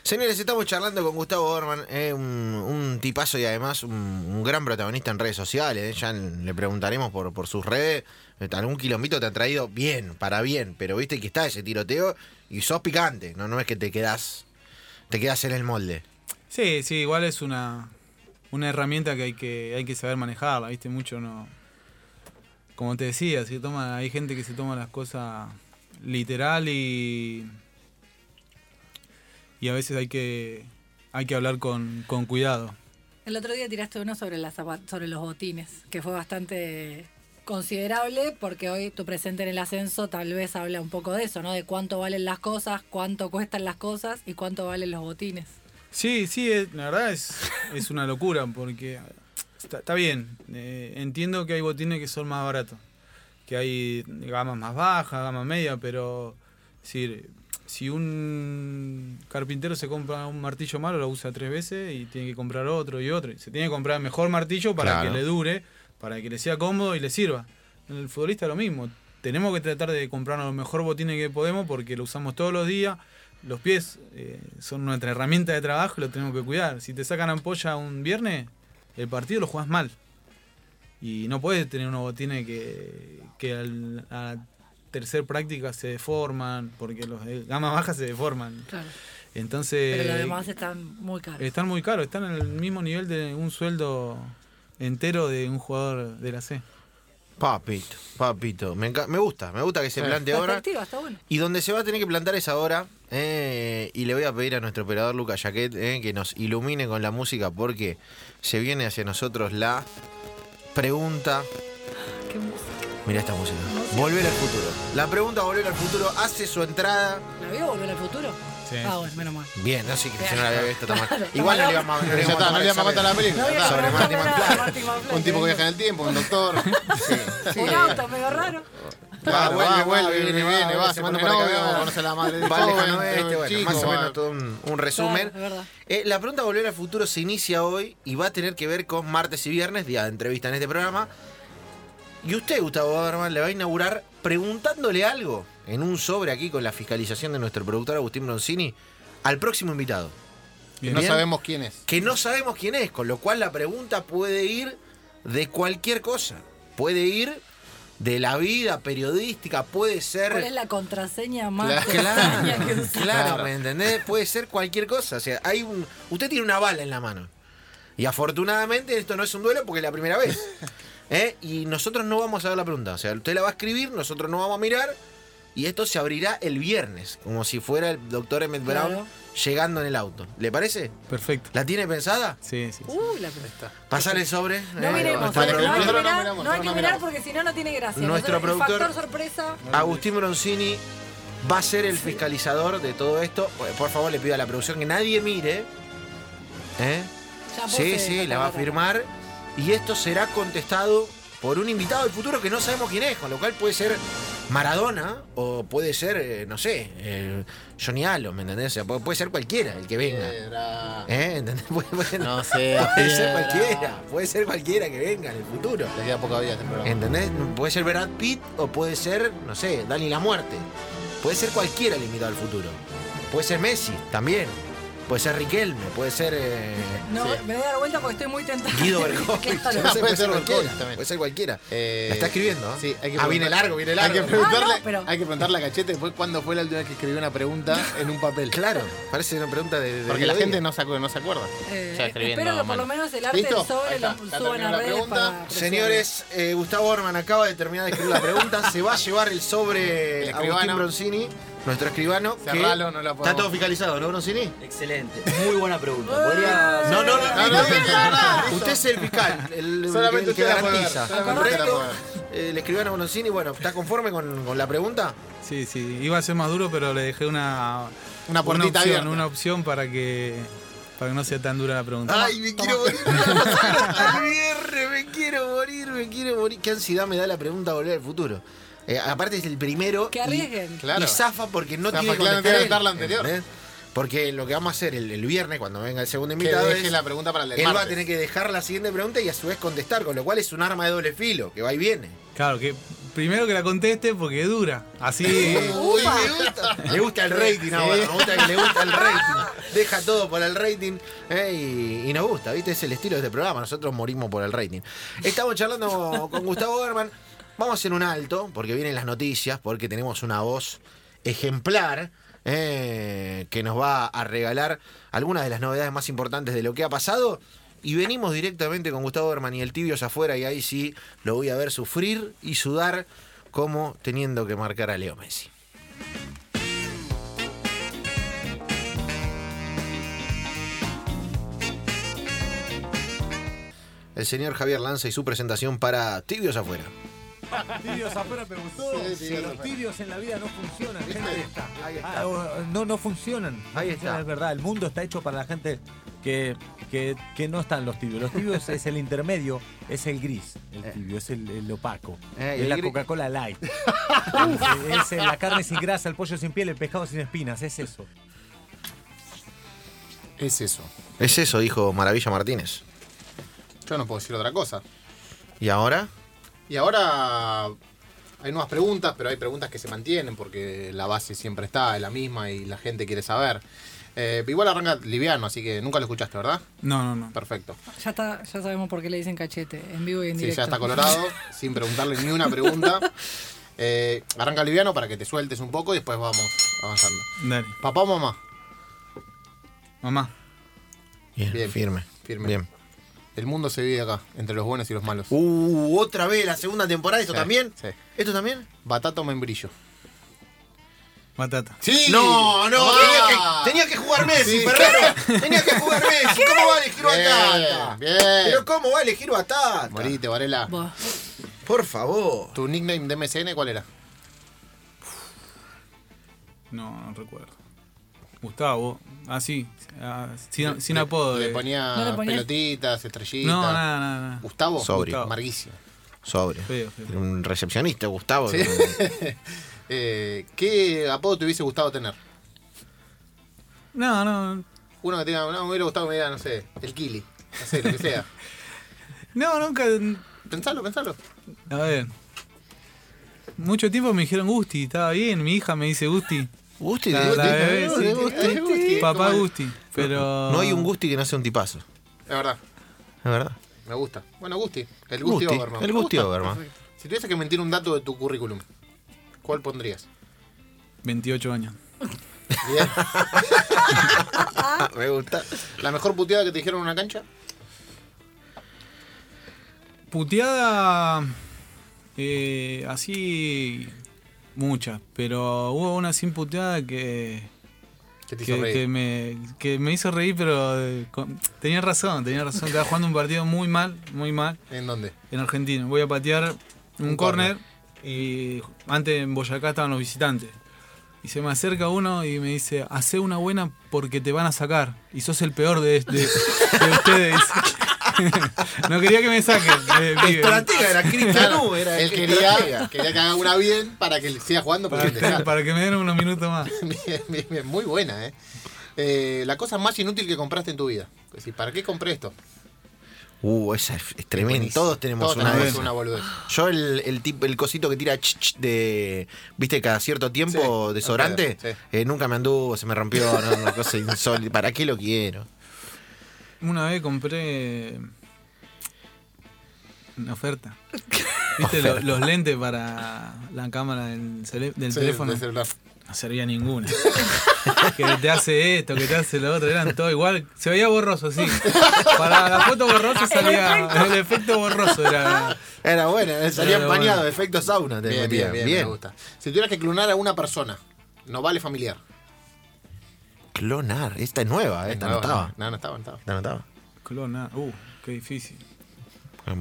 Señores, estamos charlando con Gustavo Overman, eh, un, un tipazo y además un, un gran protagonista en redes sociales. eh, Ya le preguntaremos por, por sus redes. Eh, Algún quilombito te ha traído bien, para bien, pero viste que está ese tiroteo y sos picante. No, no es que te quedás, te quedás en el molde.
Sí, sí, igual es una, una herramienta que hay, que hay que saber manejarla, ¿viste? Mucho no... Como te decía, se toma, hay gente que se toma las cosas literal y... Y a veces hay que, hay que hablar con, con cuidado.
El otro día tiraste uno sobre, las zapa- sobre los botines, que fue bastante considerable porque hoy tu presente en el ascenso tal vez habla un poco de eso, ¿no? De cuánto valen las cosas, cuánto cuestan las cosas y cuánto valen los botines.
Sí, sí, es- la verdad es, es una locura porque está, está bien. eh, entiendo que hay botines que son más baratos, que hay gamas más bajas, gamas media, pero es decir, si un carpintero se compra un martillo malo, lo usa tres veces y tiene que comprar otro y otro. y Se tiene que comprar mejor martillo para
Claro.
que le dure, para que le sea cómodo y le sirva. En el futbolista lo mismo. Tenemos que tratar de comprarnos los mejor botines que podemos porque lo usamos todos los días. Los pies eh, son nuestra herramienta de trabajo y lo tenemos que cuidar. Si te sacan ampolla un viernes, el partido lo jugás mal. Y no puedes tener unos botines que, que al, a la tercer práctica se deforman, porque los de gama baja se deforman.
Claro.
Entonces,
Pero los demás están muy caros.
están muy caros, están en el mismo nivel de un sueldo entero de un jugador de la C.
Papito, papito. Me, enca- me gusta, me gusta que se
Sí.
plante ahora.
Perspectiva, está bueno.
Y donde se va a tener que plantar es ahora. eh, y le voy a pedir a nuestro operador Lucas Jaquet eh, que nos ilumine con la música porque se viene hacia nosotros la pregunta.
Qué música.
Mira esta música. Volver al futuro. La pregunta Volver al futuro hace su entrada.
¿La vio volver al futuro?
Sí.
Ah, bueno, menos mal.
Bien, así que yo no la había visto tan mal.
Claro.
Igual no le íbamos a no le
Ya
íbamos
está,
a
no le vamos
tomar
a contar la
examen.
película.
No había
ya
Sobre
está.
que
Marty
preguntarle nada,
McFly.
Marty McFly.
Un tipo que viaja en el tiempo, un doctor.
Un auto medio raro.
Claro,
Claro,
va,
va,
vuelve, viene,
va,
viene,
va,
va,
se
se manda
pone
para acá,
novio,
va, conoce a la madre del
Va
joven,
lejano este,
del
bueno,
chico,
más o
va.
menos todo un, un resumen.
Claro, es verdad.
Eh, la pregunta Volver al Futuro se inicia hoy y va a tener que ver con martes y viernes, día de entrevista en este programa. Y usted, Gustavo Baderman, le va a inaugurar preguntándole algo en un sobre aquí con la fiscalización de nuestro productor Agustín Broncini al próximo invitado,
Bien.
No sabemos quién es.
que no sabemos quién es, con lo cual la pregunta puede ir de cualquier cosa. Puede ir de la vida periodística, puede ser...
¿Cuál es la contraseña más extraña que
Claro,
usó?
claro, ¿me entendés? Puede ser cualquier cosa. O sea, hay un, usted tiene una bala en la mano. Y afortunadamente esto no es un duelo porque es la primera vez. ¿Eh? Y nosotros no vamos a ver la pregunta. O sea, usted la va a escribir, nosotros no vamos a mirar. Y esto se abrirá el viernes, como si fuera el doctor Emmett Brown
Claro.
llegando en el auto. ¿le parece?
Perfecto.
¿La tiene pensada?
Sí, sí. sí.
Uh, la pregunta.
Pasar el sobre.
No
¿eh?
miremos, no
Nuestro
hay
Nosotros
que
no
productor-
mirar,
miramos,
no hay
nosotros
que
no
mirar
miramos.
porque si no, no tiene gracia.
Nuestro
Nosotros- el
productor-
factor sorpresa.
Agustín Broncini va a ser el fiscalizador de todo esto. Por favor, le pido a la producción que nadie mire. ¿Eh?
ya
Sí,
puse
sí,
esa
la va a
palabra.
firmar. Y esto será contestado por un invitado del futuro que no sabemos quién es, con lo cual puede ser Maradona o puede ser, eh, no sé, eh, Johnny Allo, ¿me entendés? O sea, puede, puede ser cualquiera el que venga.
Piedra.
¿Eh? ¿Entendés? Puede, puede-
No Eh. seas
puede ser
piedra.
cualquiera, puede ser cualquiera que venga en el futuro.
Le queda poca vida a este programa.
¿Entendés? Puede ser Brad Pitt o puede ser, no sé, Dani la Muerte. Puede ser cualquiera el invitado al futuro. Puede ser Messi también. Puede ser Riquelme, puede ser. eh,
No,
Sí.
me voy a dar vuelta porque estoy muy tentada.
Guido Bergoglio.
Claro.
No,
Puede ser cualquiera.
Bergoglio también.
Puede ser cualquiera.
Eh,
La está escribiendo, ¿eh?
Sí, hay que
Ah, viene
preguntar-
largo, viene largo.
Hay que preguntarle,
Ah, no, pero-
hay que preguntarle a Cachete después cuándo fue la última vez que escribió una pregunta en un papel.
Claro, parece una pregunta de. de
Porque
día
la
a día.
gente no se, acu- no se acuerda.
Eh,
Ya escribiendo,
espero que por
mano.
lo menos el arte
¿Listo?
del sobre
Ahí
lo
está, ya
suban
terminó
a
la
redes
pregunta.
para...
Señores, eh, Gustavo Orman acaba de terminar de escribir la pregunta. se va a llevar el sobre
El escribano.
Agustín Broncini, nuestro escribano. que-
Cerralo, no la
Está todo
podemos.
fiscalizado, ¿no, Broncini?
Excelente. Muy buena pregunta. Podría...
No, no, no,
No, no, no, no, no, no.
Usted es el fiscal, el,
Solamente
el que
usted la puede
garantiza.
ver, solamente
El
usted la
resto,
puede
eh, el escribano Broncini, bueno, ¿está conforme con, con la pregunta?
Sí, sí, iba a ser más duro, pero le dejé una,
Una puertita
opción,
abierta.
una opción para que para que no sea tan dura la pregunta.
Ay, me quiero morir. Ay, mierda, me quiero morir, me quiero morir. Qué ansiedad me da la pregunta volver al futuro. Eh, aparte es el primero.
Que
y-
arriesguen.
Claro.
Y zafa porque no
Zafa,
tiene que
claro,
contestar
tiene que
él,
dar la anterior.
¿entendés? Porque lo que vamos a hacer el, el viernes, cuando venga el segundo
Que
invitado,
deje
es-
la pregunta para el del
él va a
martes.
tener que dejar la siguiente pregunta y a su vez contestar, con lo cual es un arma de doble filo, que va y viene.
Claro, que primero que la conteste porque es dura. Así
Uy, me gusta. Le gusta el rating ahora, me gusta que le gusta el rating. Deja todo por el rating eh, y, y nos gusta, ¿viste? Es el estilo de este programa, nosotros morimos por el rating. Estamos charlando con Gustavo Herman. Vamos a hacer un alto, porque vienen las noticias, porque tenemos una voz ejemplar eh, que nos va a regalar algunas de las novedades más importantes de lo que ha pasado. Y venimos directamente con Gustavo Herman y el tibios afuera, y ahí sí lo voy a ver sufrir y sudar como teniendo que marcar a Leo Messi. El señor Javier Lanza y su presentación para Tibios Afuera.
Tibios afuera me gustó.
Sí,
Si
tibios
los
afuera.
tibios en la vida no funcionan,
¿Viste?
gente.
Ahí
Ah, o- no, no funcionan. No
Ahí
funcionan,
está.
Es verdad, el mundo está hecho para la gente que, que, que no están los tibios. Los tibios es el intermedio, es el gris, el tibio, es el, el opaco.
Eh, y
es
el
la
gris-
Coca-Cola light. es, es la carne sin grasa, el pollo sin piel, el pescado sin espinas, es eso.
Es eso.
Es eso, dijo Maravilla Martínez.
Yo no puedo decir otra cosa.
¿Y ahora?
Y ahora hay nuevas preguntas, pero hay preguntas que se mantienen porque la base siempre está, es la misma y la gente quiere saber. Eh, igual arranca liviano, así que nunca lo escuchaste, ¿verdad?
No, no, no.
Perfecto.
Ya, está, ya sabemos por qué le dicen cachete, en vivo y en
Sí,
directo.
ya está colorado, sin preguntarle ni una pregunta. Eh, arranca liviano para que te sueltes un poco y después vamos avanzando.
Dale.
¿Papá o mamá?
Mamá.
Bien,
Bien.
firme.
Firme.
Bien.
El mundo se vive acá, entre los buenos y los malos.
Uh, otra vez la segunda temporada, ¿esto
Sí,
también?
sí.
¿Esto también?
Batata o membrillo.
Batata.
¡Sí!
No, no, tenía que, tenía que jugar Messi,
Sí.
Ferrero. Tenía que jugar Messi. ¿Cómo va a elegir Batata?
Bien,
Pero ¿cómo va a elegir Batata?
Morite, Varela.
Buah.
Por favor.
¿Tu nickname de MCN cuál era?
No, no recuerdo. Gustavo. Ah, sí. ah, sin, sin apodo.
Le
eh.
ponía,
¿No le ponía?
pelotitas, estrellitas.
No, nada, nada, nada.
Gustavo,
Sobrio.
Gustavo. Marguísimo.
Sobre.
Feo, feo.
Era Un recepcionista, Gustavo.
Sí. Eh, ¿Qué apodo te hubiese gustado tener?
No, no.
Uno que tenga, no, me hubiera gustado que me diga, no sé, el Kili. No sé, lo que sea.
No, nunca.
pensalo, pensalo.
A ver. Mucho tiempo me dijeron Gusti, estaba bien. Mi hija me dice Gusti.
Gusti,
La-
Gusti.
la bebé, sí.
Gusti, Gusti.
Papá
¿Cómo es?
Gusti. Pero.
No hay un Gusti que no sea un tipazo.
La verdad,
La verdad.
me gusta. Bueno, Gusti. El Gusti,
Gusti,
Overman.
el
Me
Gusti
gusta.
Overman.
Perfecto. Si tuviese que mentir un dato de tu currículum, ¿cuál pondrías?
28 años.
Bien.
me gusta.
¿La mejor puteada que te dijeron en una cancha?
Puteada. eh, así. Muchas. Pero hubo una sin puteada que.
Que te hizo
que,
reír.
que me, que me hizo reír, pero eh, con- tenía razón, tenía razón. Estaba jugando un partido muy mal, muy mal
¿En dónde?
en Argentina. Voy a patear un,
Un
córner
córner.
y antes en Boyacá estaban los visitantes. Y se me acerca uno y me dice, hace una buena porque te van a sacar. Y sos el peor de, este, de- de ustedes. no quería que me saquen. eh, pibe.
Estratega era Cristiano. Era
Él quería, quería que haga una bien para que siga jugando. porque
para,
te
que-
saca.
para que me den unos minutos más.
Bien, bien, bien, muy buena, ¿eh? Eh, La cosa más inútil que compraste en tu vida. Es decir, ¿Para qué compré esto?
Uh, esa es, es tremenda. Todos tenemos
Todos
una de
tenemos
esas.
una boludez.
Yo el, el, tip- el cosito que tira ch, ch, de, viste, cada cierto tiempo,
Sí,
desodorante,
ok, sí.
eh, nunca me anduvo, se me rompió, no, una cosa insólita. ¿Para qué lo quiero?
Una vez compré una oferta. ¿Viste lo- los lentes para la cámara del, cele- del
Sí,
teléfono?
del celular.
No servía ninguna. que te hace esto, que te hace lo otro, eran todo igual. Se veía borroso, sí. Para la foto borrosa salía el efecto borroso. Era,
Era bueno, eh,
Era
salían
bueno.
bañados, efecto sauna. Te
Bien, bien,
metían.
bien,
Bien.
me gusta. Si tuvieras que clonar a una persona, no vale familiar.
Clonar, esta es nueva, eh, esta no,
no,
estaba.
No, no estaba, no estaba.
Esta no estaba.
clona, uh, qué difícil.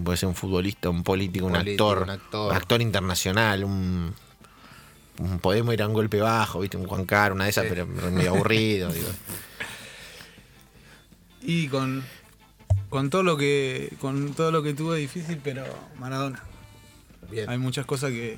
Puede ser un futbolista, un político, un
Político,
actor,
un actor.
internacional, un, un- podemos ir a un golpe bajo, viste, un Juan Caro, una de esas, pero medio aburrido. digo.
Y con, con todo lo que con todo lo que tuve difícil, pero Maradona.
Bien.
Hay muchas cosas que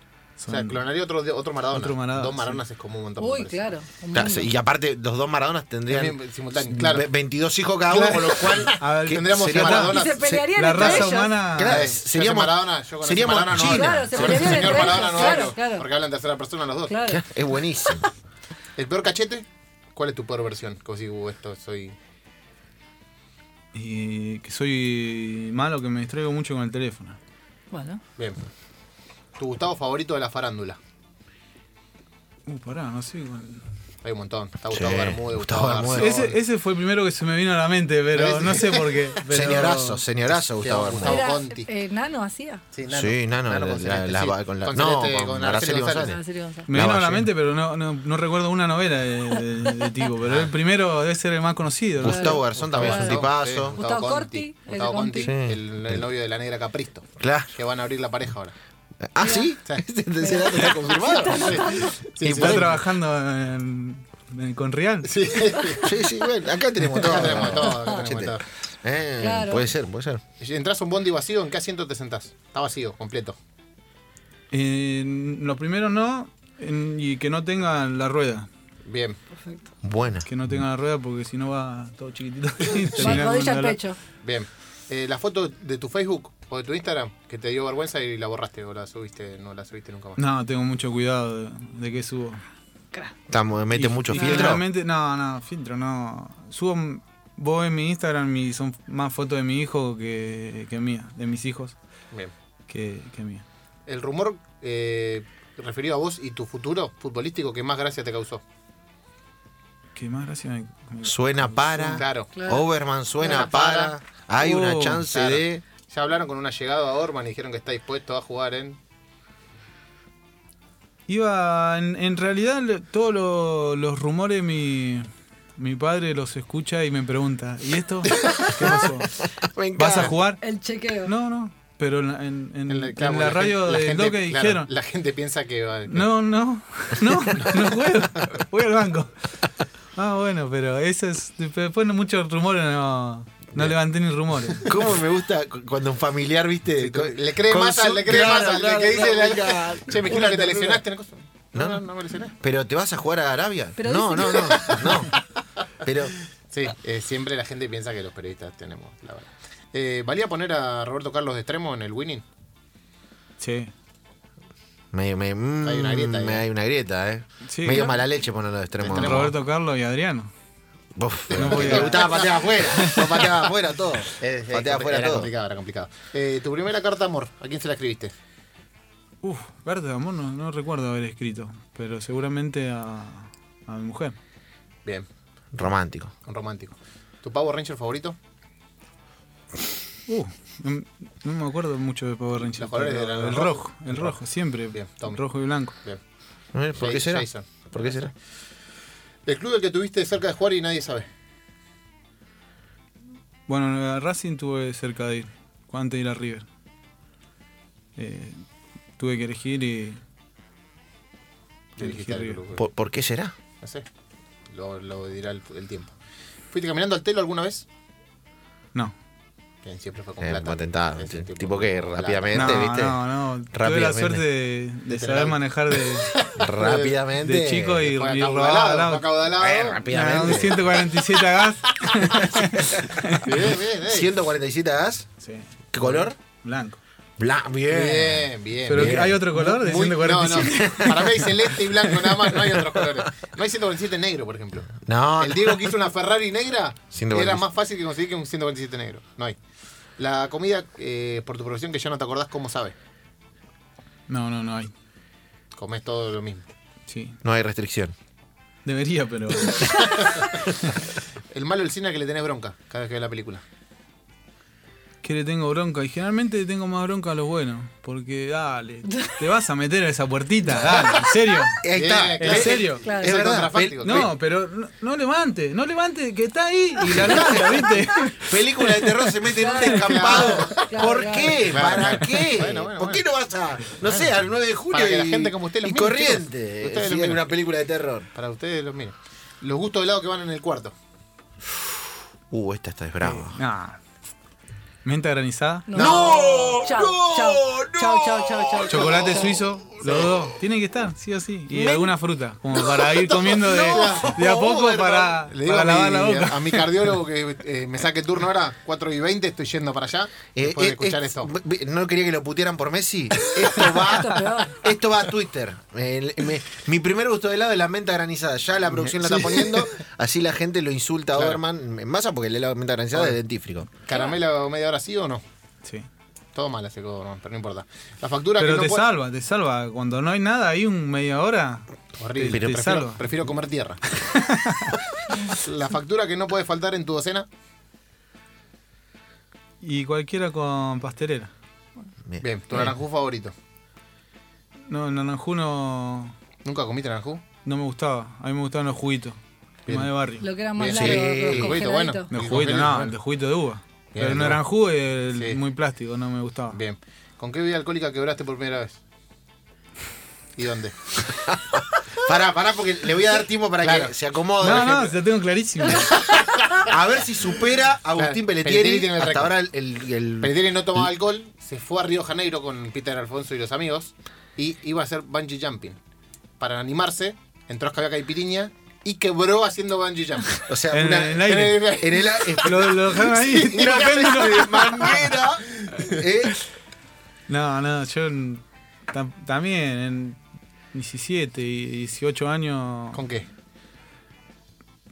o sea,
son-
clonaría otro, de- otro Maradona.
Otro Maradona,
Dos
sí.
Maradonas es como un montón. me
Uy,
parece.
claro. un
Claro,
mundo.
y aparte, los dos Maradonas tendrían
También simultáneo, claro.
ve- 22 hijos cada uno,
Claro.
con lo cual
A ver,
¿qué
tendríamos
sería
a Maradona.
Y se pelearían
la
entre
raza
ellos.
humana.
Claro,
Eh,
seríamos-
yo sé Maradona, yo con ese
seríamos
Maradona no
China.
hablo.
Claro, se
Yo con
pelearían
ese
entre
señor
ellos,
Maradona no
claro,
hablo,
claro.
Porque hablan en tercera persona los dos.
Claro.
Es buenísimo.
El peor cachete, ¿cuál es tu peor versión? Como si uh, esto soy.
Y que soy malo, que me distraigo mucho con el teléfono.
Bueno,
Bien. ¿Tu Gustavo favorito de la farándula?
Uh, pará, no sé. con-
Hay un montón. Está Gustavo
Sí,
Bermúdez,
Gustavo
Gustavo,
Bermúdez.
Garzón.
Ese, ese fue el primero que se me vino a la mente, pero
Parece-
no sé por qué. pero-
Señorazo, señorazo Gustavo
Gustavo
Hermoso.
era,
Conti.
eh, Nano hacía.
Sí,
Sí, Nano, la-
con
la-
Celeste,
la-
sí.
con la-
Con
no,
Celeste,
con
con
Araceli
Araceli González.
González.
Araceli González.
Me vino a la
Lavallén.
mente, pero no, no, no recuerdo una novela de, de- de tipo.
Ah.
Pero el primero debe ser el más conocido. ¿no?
Gustavo Garzón también es un
Gustavo, sí,
tipazo.
Gustavo Corti, el
Gustavo
de
Conti,
Conti.
Sí.
el, el novio de la negra Capristo.
Claro.
Que van a abrir la pareja ahora.
Ah, sí.
Sí.
Ese dato está confirmado.
Sí,
y
sí,
está
sí.
trabajando en- en- con Real.
Sí.
Sí, sí, bueno, acá tenemos todo.
Acá tenemos todo, acá tenemos
Chete.
todo.
Eh,
Claro.
Puede ser, puede ser.
Entrás a un bondi vacío, ¿en qué asiento te sentás? Está vacío, completo.
En- lo primero no, en- y que no tengan la rueda.
Bien.
Buena.
Que no tengan la rueda porque si no va todo chiquitito. y
Va
termina
rodilla
con
al
dolor.
pecho.
Bien. Eh, la foto de tu Facebook o de tu Instagram que te dio vergüenza y la borraste o la subiste, no la subiste nunca más.
No, tengo mucho cuidado de, de qué subo.
lacra.
Estamos, mete
Y-
¿Este mucho
y
filtro.
generalmente- no, no, filtro, no. Subo m- vos en mi Instagram y son más fotos de mi hijo que, que mía, de mis hijos,
Bien.
que, que mía.
El rumor eh, referido a vos y tu futuro futbolístico que más gracia te causó.
Que más gracia me- me-
Suena para.
Claro.
Claro.
Overman suena
Suena
para.
para. Uh,
Hay una
Oh,
chance
claro.
de.
Ya hablaron con un allegado a Orman y dijeron que está dispuesto a jugar en.
Iba, en, en realidad lo- todos lo- los rumores mi, mi padre los escucha y me pregunta, ¿y esto? ¿Qué pasó?
Me encanta.
¿Vas a jugar?
El chequeo.
No, no, pero en, la- en- en-
en la-
en
claro,
la
porque
radio
gen- la
de
gente-
lo que
claro,
dijeron.
La gente piensa que va. que-
No, no, no, no juego. Voy al banco. Ah, bueno, pero eso es. Después de muchos rumores no, no levanté ni rumores.
¿Cómo me gusta cu- cuando un familiar, viste?
Sí,
co-
Le cree
con
más
su-
al, le cree
claro,
más al
claro,
que dice.
claro,
la-
claro.
Che, me
Una
imagino que te
ternura.
lesionaste. ¿no? No, no, no me lesioné.
¿Pero te vas a jugar a Arabia?
Pero
no, no,
dice-
no, no. Pero
Sí, eh, siempre la gente piensa que los periodistas tenemos la verdad. Eh, ¿Valía poner a Roberto Carlos de extremo en el winning?
Sí.
me, me, mm,
Hay una grieta ahí.
me hay una grieta, ¿eh?
Sí,
Medio
claro.
mala leche ponerlo de extremo.
De extremo.
Roberto Carlos y Adriano.
Uf,
No podía.
le gustaba patear afuera. No pateaba afuera todo. pateaba afuera
era
todo.
complicado, era complicado. Eh, tu primera carta amor, ¿a quién se la escribiste?
Uf, Berta, amor, no, no recuerdo haber escrito, pero seguramente a, a mi mujer.
Bien,
Romántico.
un romántico. ¿Tu Power Ranger favorito?
Uh, no, no me acuerdo mucho de Power Rangers.
Los colores
pero
eran
el
rojo.
rojo, el rojo, siempre.
Bien, Tommy.
rojo y blanco.
Bien.
Eh, ¿Por qué
Jason,
será?
Jason.
¿Por qué será?
El club del que tuviste cerca de jugar y nadie sabe.
Bueno, a Racing tuve cerca de ir, cu- antes de ir a River. Eh, tuve que elegir y.
Te dijiste al
River.
club.
¿Por, por qué será?
No sé. Lo, lo dirá el, el tiempo. ¿Fuiste caminando al telo alguna vez?
No.
Bien, siempre fue con
Eh,
plata.
atentado.
Ese tipo-
Tipo que
plata.
No,
rápidamente, ¿viste?
no, no. Tuve la
Rápidamente.
suerte de, de
De
saber
tener-
manejar de,
Rápidamente.
de chico y, y
Fue
robaba.
acaudalado, fue
la-
acaudalado.
Eh,
Nada, un
rápidamente.
147 a gas.
Bien, bien, eh.
147 gas.
Sí,
¿Qué color?
blanco.
Bla, bien.
Bien, bien.
Pero
bien.
¿hay otro color de
Muy-
147?
No, no. Para mí hay celeste y blanco nada más, no hay otros colores. No hay 147 negro, por ejemplo.
No,
El
no.
Diego que hizo una Ferrari negra
147.
era más fácil que conseguir que un 147 negro. No hay. La comida, eh, por tu profesión, que ya no te acordás cómo sabe.
No, no, no hay.
Comés todo lo mismo.
Sí.
No hay restricción.
Debería, pero.
El malo del cine al que le tenés bronca cada vez que ves la película.
que le tengo bronca. Y generalmente le tengo más bronca a los buenos. Porque, dale, te vas a meter a esa puertita, dale, en serio.
Ahí
Bien,
está.
¿En
Eh, claro.
serio?
Claro.
Es
el
verdad.
contrafáctico.
No, pero no, no levante, no levante, que está ahí y la levanta, ¿viste?
Película de terror se mete en un
Claro,
descampado.
claro,
¿Por
claro.
qué?
Claro,
¿Para
claro.
qué?
Bueno, bueno,
¿Por qué no
bueno.
vas a, no sé, al 9 de julio
Para que la
y,
gente como usted los
y
mire,
corriente? eh,
chicos. Ustedes
si
los
hay
miren.
una película de terror.
Para ustedes los miren. Los gustos de helado que van en el cuarto.
Uh, esta está es brava.
Nah. Menta granizada,
No.
No,
Chau,
no,
chau.
no.
Chau, chau, chau, chau.
chocolate
Chau.
suizo, los dos. Tienen que estar, sí o sí. Y alguna fruta, como para ir comiendo de, de a poco para,
Le digo
para lavar
a, mi,
la boca.
a mi cardiólogo que eh, me saque turno ahora, 4 y 20, estoy yendo para allá.
Eh,
después de
eh,
escuchar
eh,
esto.
ve- No quería que lo putearan por Messi. Esto
Esto es peor.
va, esto va a Twitter. El- me- mi primer gusto de helado es la menta granizada. Ya la producción la está poniendo. Así la gente lo insulta a
Claro.
Oberman. En masa porque el helado de menta granizada es dentífrico.
¿Caramelo media hora sí o no?
Sí.
Todo mal ese cobrón, pero no importa. La factura
Pero
que no
te
puede-
salva, te salva. Cuando no hay nada, ahí un media hora.
Horrible,
Pero
pero prefiero,
salva.
prefiero comer tierra. la factura que no puede faltar en tu docena.
Y cualquiera con pastelera.
Bien,
Eh.
tu naranjú favorito.
No, naranjú no,
¿Nunca comiste naranjú?
no me gustaba. A mí me gustaban los juguitos.
Bien.
Más de barrio.
Lo que era más
Bien.
largo,
Sí,
los
el
juguito, bueno.
congeladitos.
Los
Y
juguitos,
con
no,
Helen,
el juguito de uva. Pero el
no.
naranjú es
Sí.
muy plástico, no me gustaba.
Bien. ¿Con qué bebida alcohólica quebraste por primera vez? ¿Y dónde?
Pará, pará, porque le voy a dar tiempo para
Claro.
que se acomode.
No, no, se lo tengo clarísimo.
A ver si supera a Agustín Pelletieri.
Claro, Pelletieri tiene el
Hasta
récord.
ahora el. el- el-
Pelletieri no tomaba alcohol, se fue a Río Janeiro con Peter Alfonso y los amigos y iba a hacer bungee jumping. Para animarse, entró a Escabiaca y Piriña y quebró haciendo bungee jumping.
o sea,
en-
una-
en el aire.
en el- en el-
lo, lo dejaron ahí. tira péndulo.
de manguera. eh,
No, no, yo en- tam- también en- 17 y 18 años.
¿Con qué?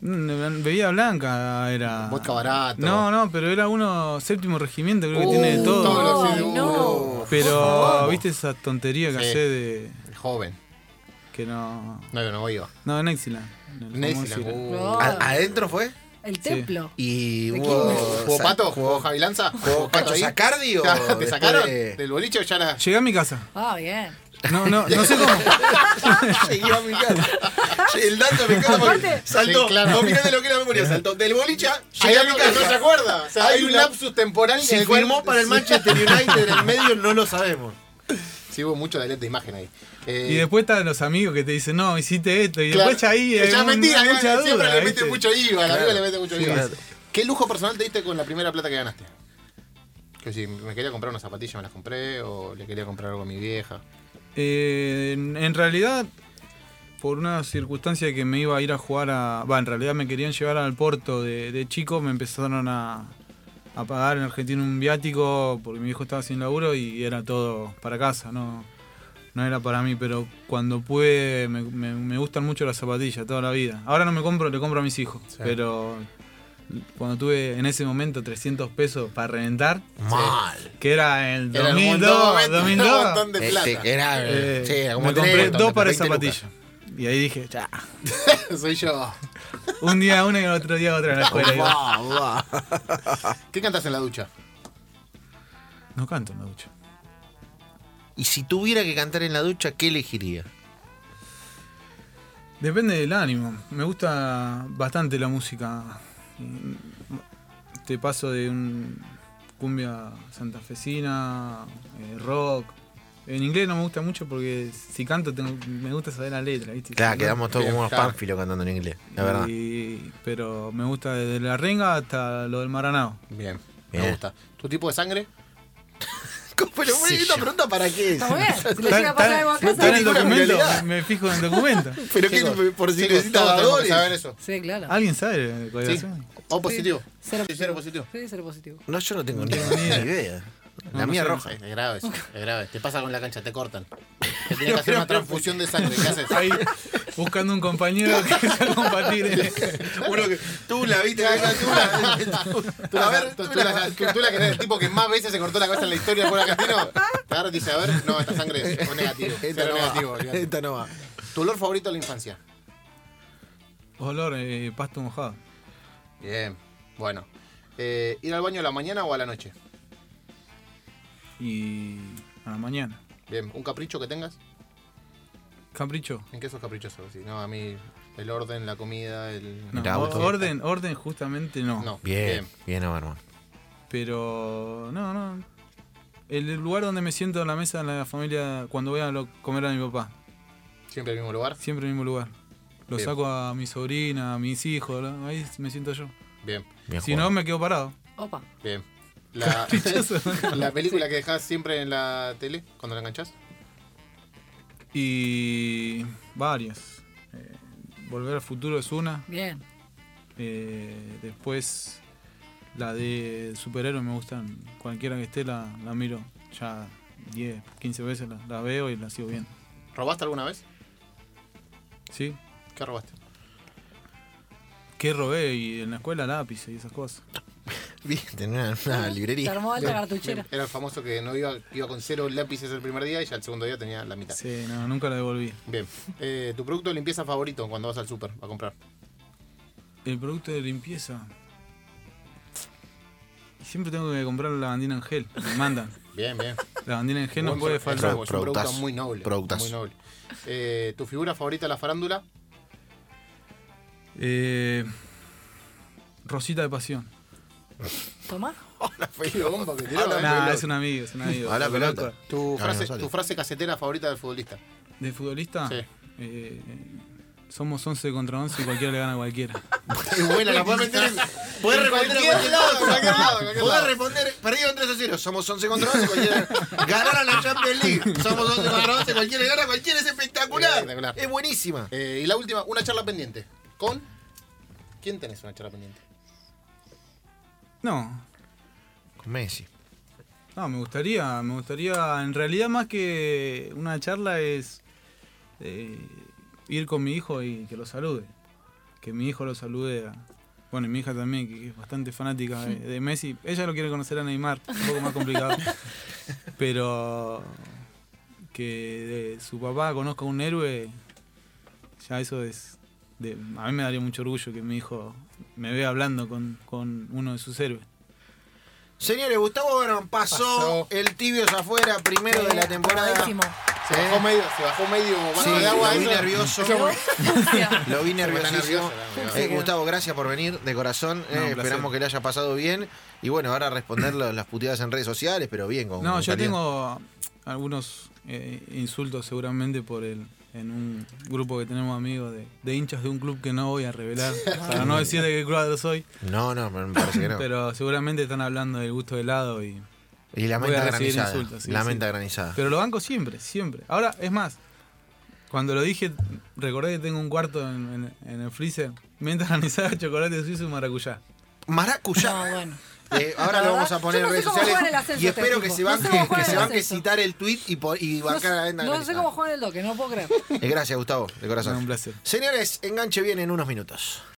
Mm, Bebida blanca era.
Vodka barato.
No, no, pero era uno séptimo regimiento, creo que
Uh,
tiene de todo.
todo lo que
Ay,
tiene
no.
uno.
Pero,
Vamos.
¿viste esa tontería que
Sí.
hace de.
Joven.
que no.
No, yo no iba.
No, en Exiland. en el famoso
Nésila.
Exiland.
No.
A- adentro fue
El templo.
y
¿De
hubo.
¿Jugó
sa-
Pato? ¿Jugó Javi Lanza? ¿Jugó Pato
Cacho
ahí?
Sacardi o
¿Te
después
sacaron
de-
del boliche o ya era?
Llegué a mi casa.
Ah, bien.
No, no, no sé cómo.
Llegué a mi casa. El dato me encanta porque
Aparte-
saltó.
Sí, claro.
No, mirate lo que es la memoria. Saltó del bolicha.
Hay
Llegué a mi
algo que no se
casa.
acuerda. O sea,
Hay
hay un
una-
lapsus temporal en
Si
el cual-
firmó para el
Sí.
Manchester United en el medio, no lo sabemos.
Sí, hubo mucho delete de imagen ahí. Eh,
Y después están los amigos que te dicen, no, hiciste esto. Y
claro,
después ya ahí. hay
ya
un-
mentira,
hay mucha
siempre
duda,
le mete
¿viste?
mucho IVA, al amigo le mete mucho
Sí,
IVA.
claro.
¿Qué lujo personal te diste con la primera plata que ganaste? Que si me quería comprar unas zapatillas, me las compré, o le quería comprar algo a mi vieja.
Eh, en en realidad, por una circunstancia que me iba a ir a jugar a. Va, en realidad me querían llevar al Porto de, de chico, me empezaron a, a pagar en Argentina un viático porque mi hijo estaba sin laburo y era todo para casa, no, no era para mí, pero cuando pude, me, me- me gustan mucho las zapatillas toda la vida. Ahora no me compro, le compro a mis hijos, pero cuando tuve en ese momento 300 pesos para reventar,
Mal.
que era el
Era un
2002,
montón, un
2002
montón de plata.
era,
eh,
sí, era como
me
tres,
compré
entonces,
dos pares de
20 lucas.
zapatillas. Y ahí dije, ya.
Soy yo.
Un día una y el otro día otra en la escuela. Y digo,
Va, va.
¿Qué cantas en la ducha?
no canto en la ducha.
Y si tuviera que cantar en la ducha, ¿qué elegiría?
Depende del ánimo. Me gusta bastante la música. Te paso de un cumbia santafesina, eh, rock. En inglés no me gusta mucho porque si canto tengo- me gusta saber la letra, ¿viste?
Claro,
Si no,
quedamos todos como unos
claro.
pánfilos cantando en inglés, la verdad.
y- pero me gusta desde la renga hasta lo del Maranao.
Bien, me
Bien.
gusta. ¿Tu tipo de sangre?
Pero
Sí,
esta pregunta para qué es.
Está muy bien. Si le
Está-
llega a pasar
está-
algo a
no
Está en
casa.
el
ninguna
documento,
realidad.
me fijo en el documento.
Pero
Chicos,
qué por si
chicos,
necesitas
todos tenemos que
dadores.
saber eso.
Sí, claro.
¿Alguien sabe de
Sí.
coordinación?
O positivo.
Cero
Sí, cero positivo.
Sí, cero positivo.
No, yo no tengo ni,
No tengo ni idea.
ni idea.
No,
La
no
mía
sé, no
roja.
Es grave eso, es grave. Te pasa con la cancha, te cortan. Te tienes que hacer una transfusión de sangre. ¿Qué haces?
Ahí buscando un compañero que sea compatible.
Uno que tú la viste, tú la.
Tú la, tú, tú la- tú- tú la que eres el tipo que más veces se cortó la cabeza en la historia del pueblo argentino. Te agarra y te dice, a ver, no, esta sangre es o negativo.
Esta
cero
no,
negativo,
va.
olvídate.
Esta no va.
Tu olor favorito de la infancia.
Olor, eh, pasto mojado.
Bien, bueno. Eh, ¿Ir al baño a la mañana o a la noche?
Y a la mañana.
Bien, ¿un capricho que tengas?
Capricho.
¿En qué sos caprichoso? Sí, no, a mí el orden, la comida, el...
No,
Mirá,
o-
vos todo.
orden, orden justamente no.
No,
Bien, bien, hermano.
Pero no, no. El lugar donde me siento en la mesa en la familia cuando voy a lo- comer a mi papá.
Siempre el mismo lugar.
Siempre en el mismo lugar. Lo
Bien.
saco a mi sobrina, a mis hijos, ¿no? ahí me siento yo.
Bien,
Bien
si
jugado.
no, me quedo parado.
Opa.
bien. La, la película que dejás siempre en la tele cuando la enganchás.
Y varias. Eh, Volver al futuro es una.
Bien.
Eh, después, la de superhéroes me gustan. Cualquiera que esté, la, la miro ya 10, 15 veces, la, la veo y la sigo viendo.
¿Robaste alguna vez?
¿Sí?
¿Qué robaste?
¿Qué robé? Y en la escuela lápices y esas cosas.
Bien, tenía una, una
Se
librería.
armó alta cartuchera.
Era el famoso que no iba, iba con cero lápices el primer día y ya el segundo día tenía la mitad.
Sí, no, nunca la devolví.
Bien. Eh, ¿Tu producto de limpieza favorito cuando vas al súper a comprar?
El producto de limpieza. Siempre tengo que comprar la bandina en gel. Me mandan.
Bien, bien.
La bandina en gel no
Buen
puede
pro-
faltar.
Es un producto
Productazo.
muy noble.
Productazo.
Muy noble. Eh, ¿Tu figura favorita de la farándula?
Eh, Rosita de Pasión.
Tomá.
Qué bomba que
Ah,
tiró, eh.
Nah, es un amigo, es un amigo.
Habla
Lo
pelota.
conozco.
¿Tu,
No,
frase,
no sale.
tu frase casetera favorita del futbolista.
¿De futbolista?
Sí.
Eh, somos 11 contra 11 y cualquiera le gana a cualquiera.
Es buena, la puedes meter en. Podés responder a cualquier lado, Podés responder, perdido en 3 a 0. Somos 11 contra 11, cualquiera. Ganaron la Champions League. Somos 11 contra 11, cualquiera gana, cualquiera es espectacular.
Espectacular.
Es buenísima.
Eh, y la última, una charla pendiente. ¿Con? ¿Quién tenés una charla pendiente?
No,
Con Messi.
no, me gustaría, me gustaría, en realidad más que una charla es eh, ir con mi hijo y que lo salude. Que mi hijo lo salude a. Bueno, y mi hija también, que es bastante fanática de, de Messi. Ella lo quiere conocer a Neymar, un poco más complicado. Pero que de su papá conozca a un héroe, ya eso es. de- a mí me daría mucho orgullo que mi hijo me vea hablando con, con uno de sus héroes.
Señores, Gustavo Verón pasó,
Pasó.
el tibios afuera, primero de la temporada.
Bravísimo.
Se bajó medio, se bajó medio vaso
Sí,
de agua.
lo vi
eso.
nervioso.
Ese momento-
Fucsia.
Lo vi
Se me está
nerviosísimo.
nervioso, la
Eh,
verdad.
Gustavo, gracias por venir de corazón. eh,
No, un
esperamos
placer.
que le haya pasado bien. Y bueno, ahora responder lo- las puteadas en redes sociales, pero bien. Con,
No,
con
yo
calidad.
tengo algunos eh, insultos seguramente por el en un grupo que tenemos amigos de, de hinchas de un club que no voy a revelar, para no decir de qué cuadro soy,
No, no, me parece que no.
pero seguramente están hablando del gusto de helado y
y la
voy a
menta
recibir
granizada.
insultos, sí,
la
sí.
menta granizada.
pero lo banco siempre, siempre. Ahora, es más, cuando lo dije, recordé que tengo un cuarto en, en- en el freezer, mientras granizada, chocolate suizo y maracuyá.
Maracuyá.
No, bueno.
Eh, ahora lo
verdad,
vamos a poner
yo
en
no sé
redes
cómo
sociales.
juega el ascenso
Y espero
este
que
tipo.
se
No sé
banque,
cómo juega
que se
el
banque
ascenso.
citar el tweet y, po- y
No,
bancar la
sé-
venta
no sé
granizada.
cómo juegan el doque, no puedo creer.
Eh, Gracias, Gustavo, de corazón.
No, un placer.
Señores, enganche bien en unos minutos.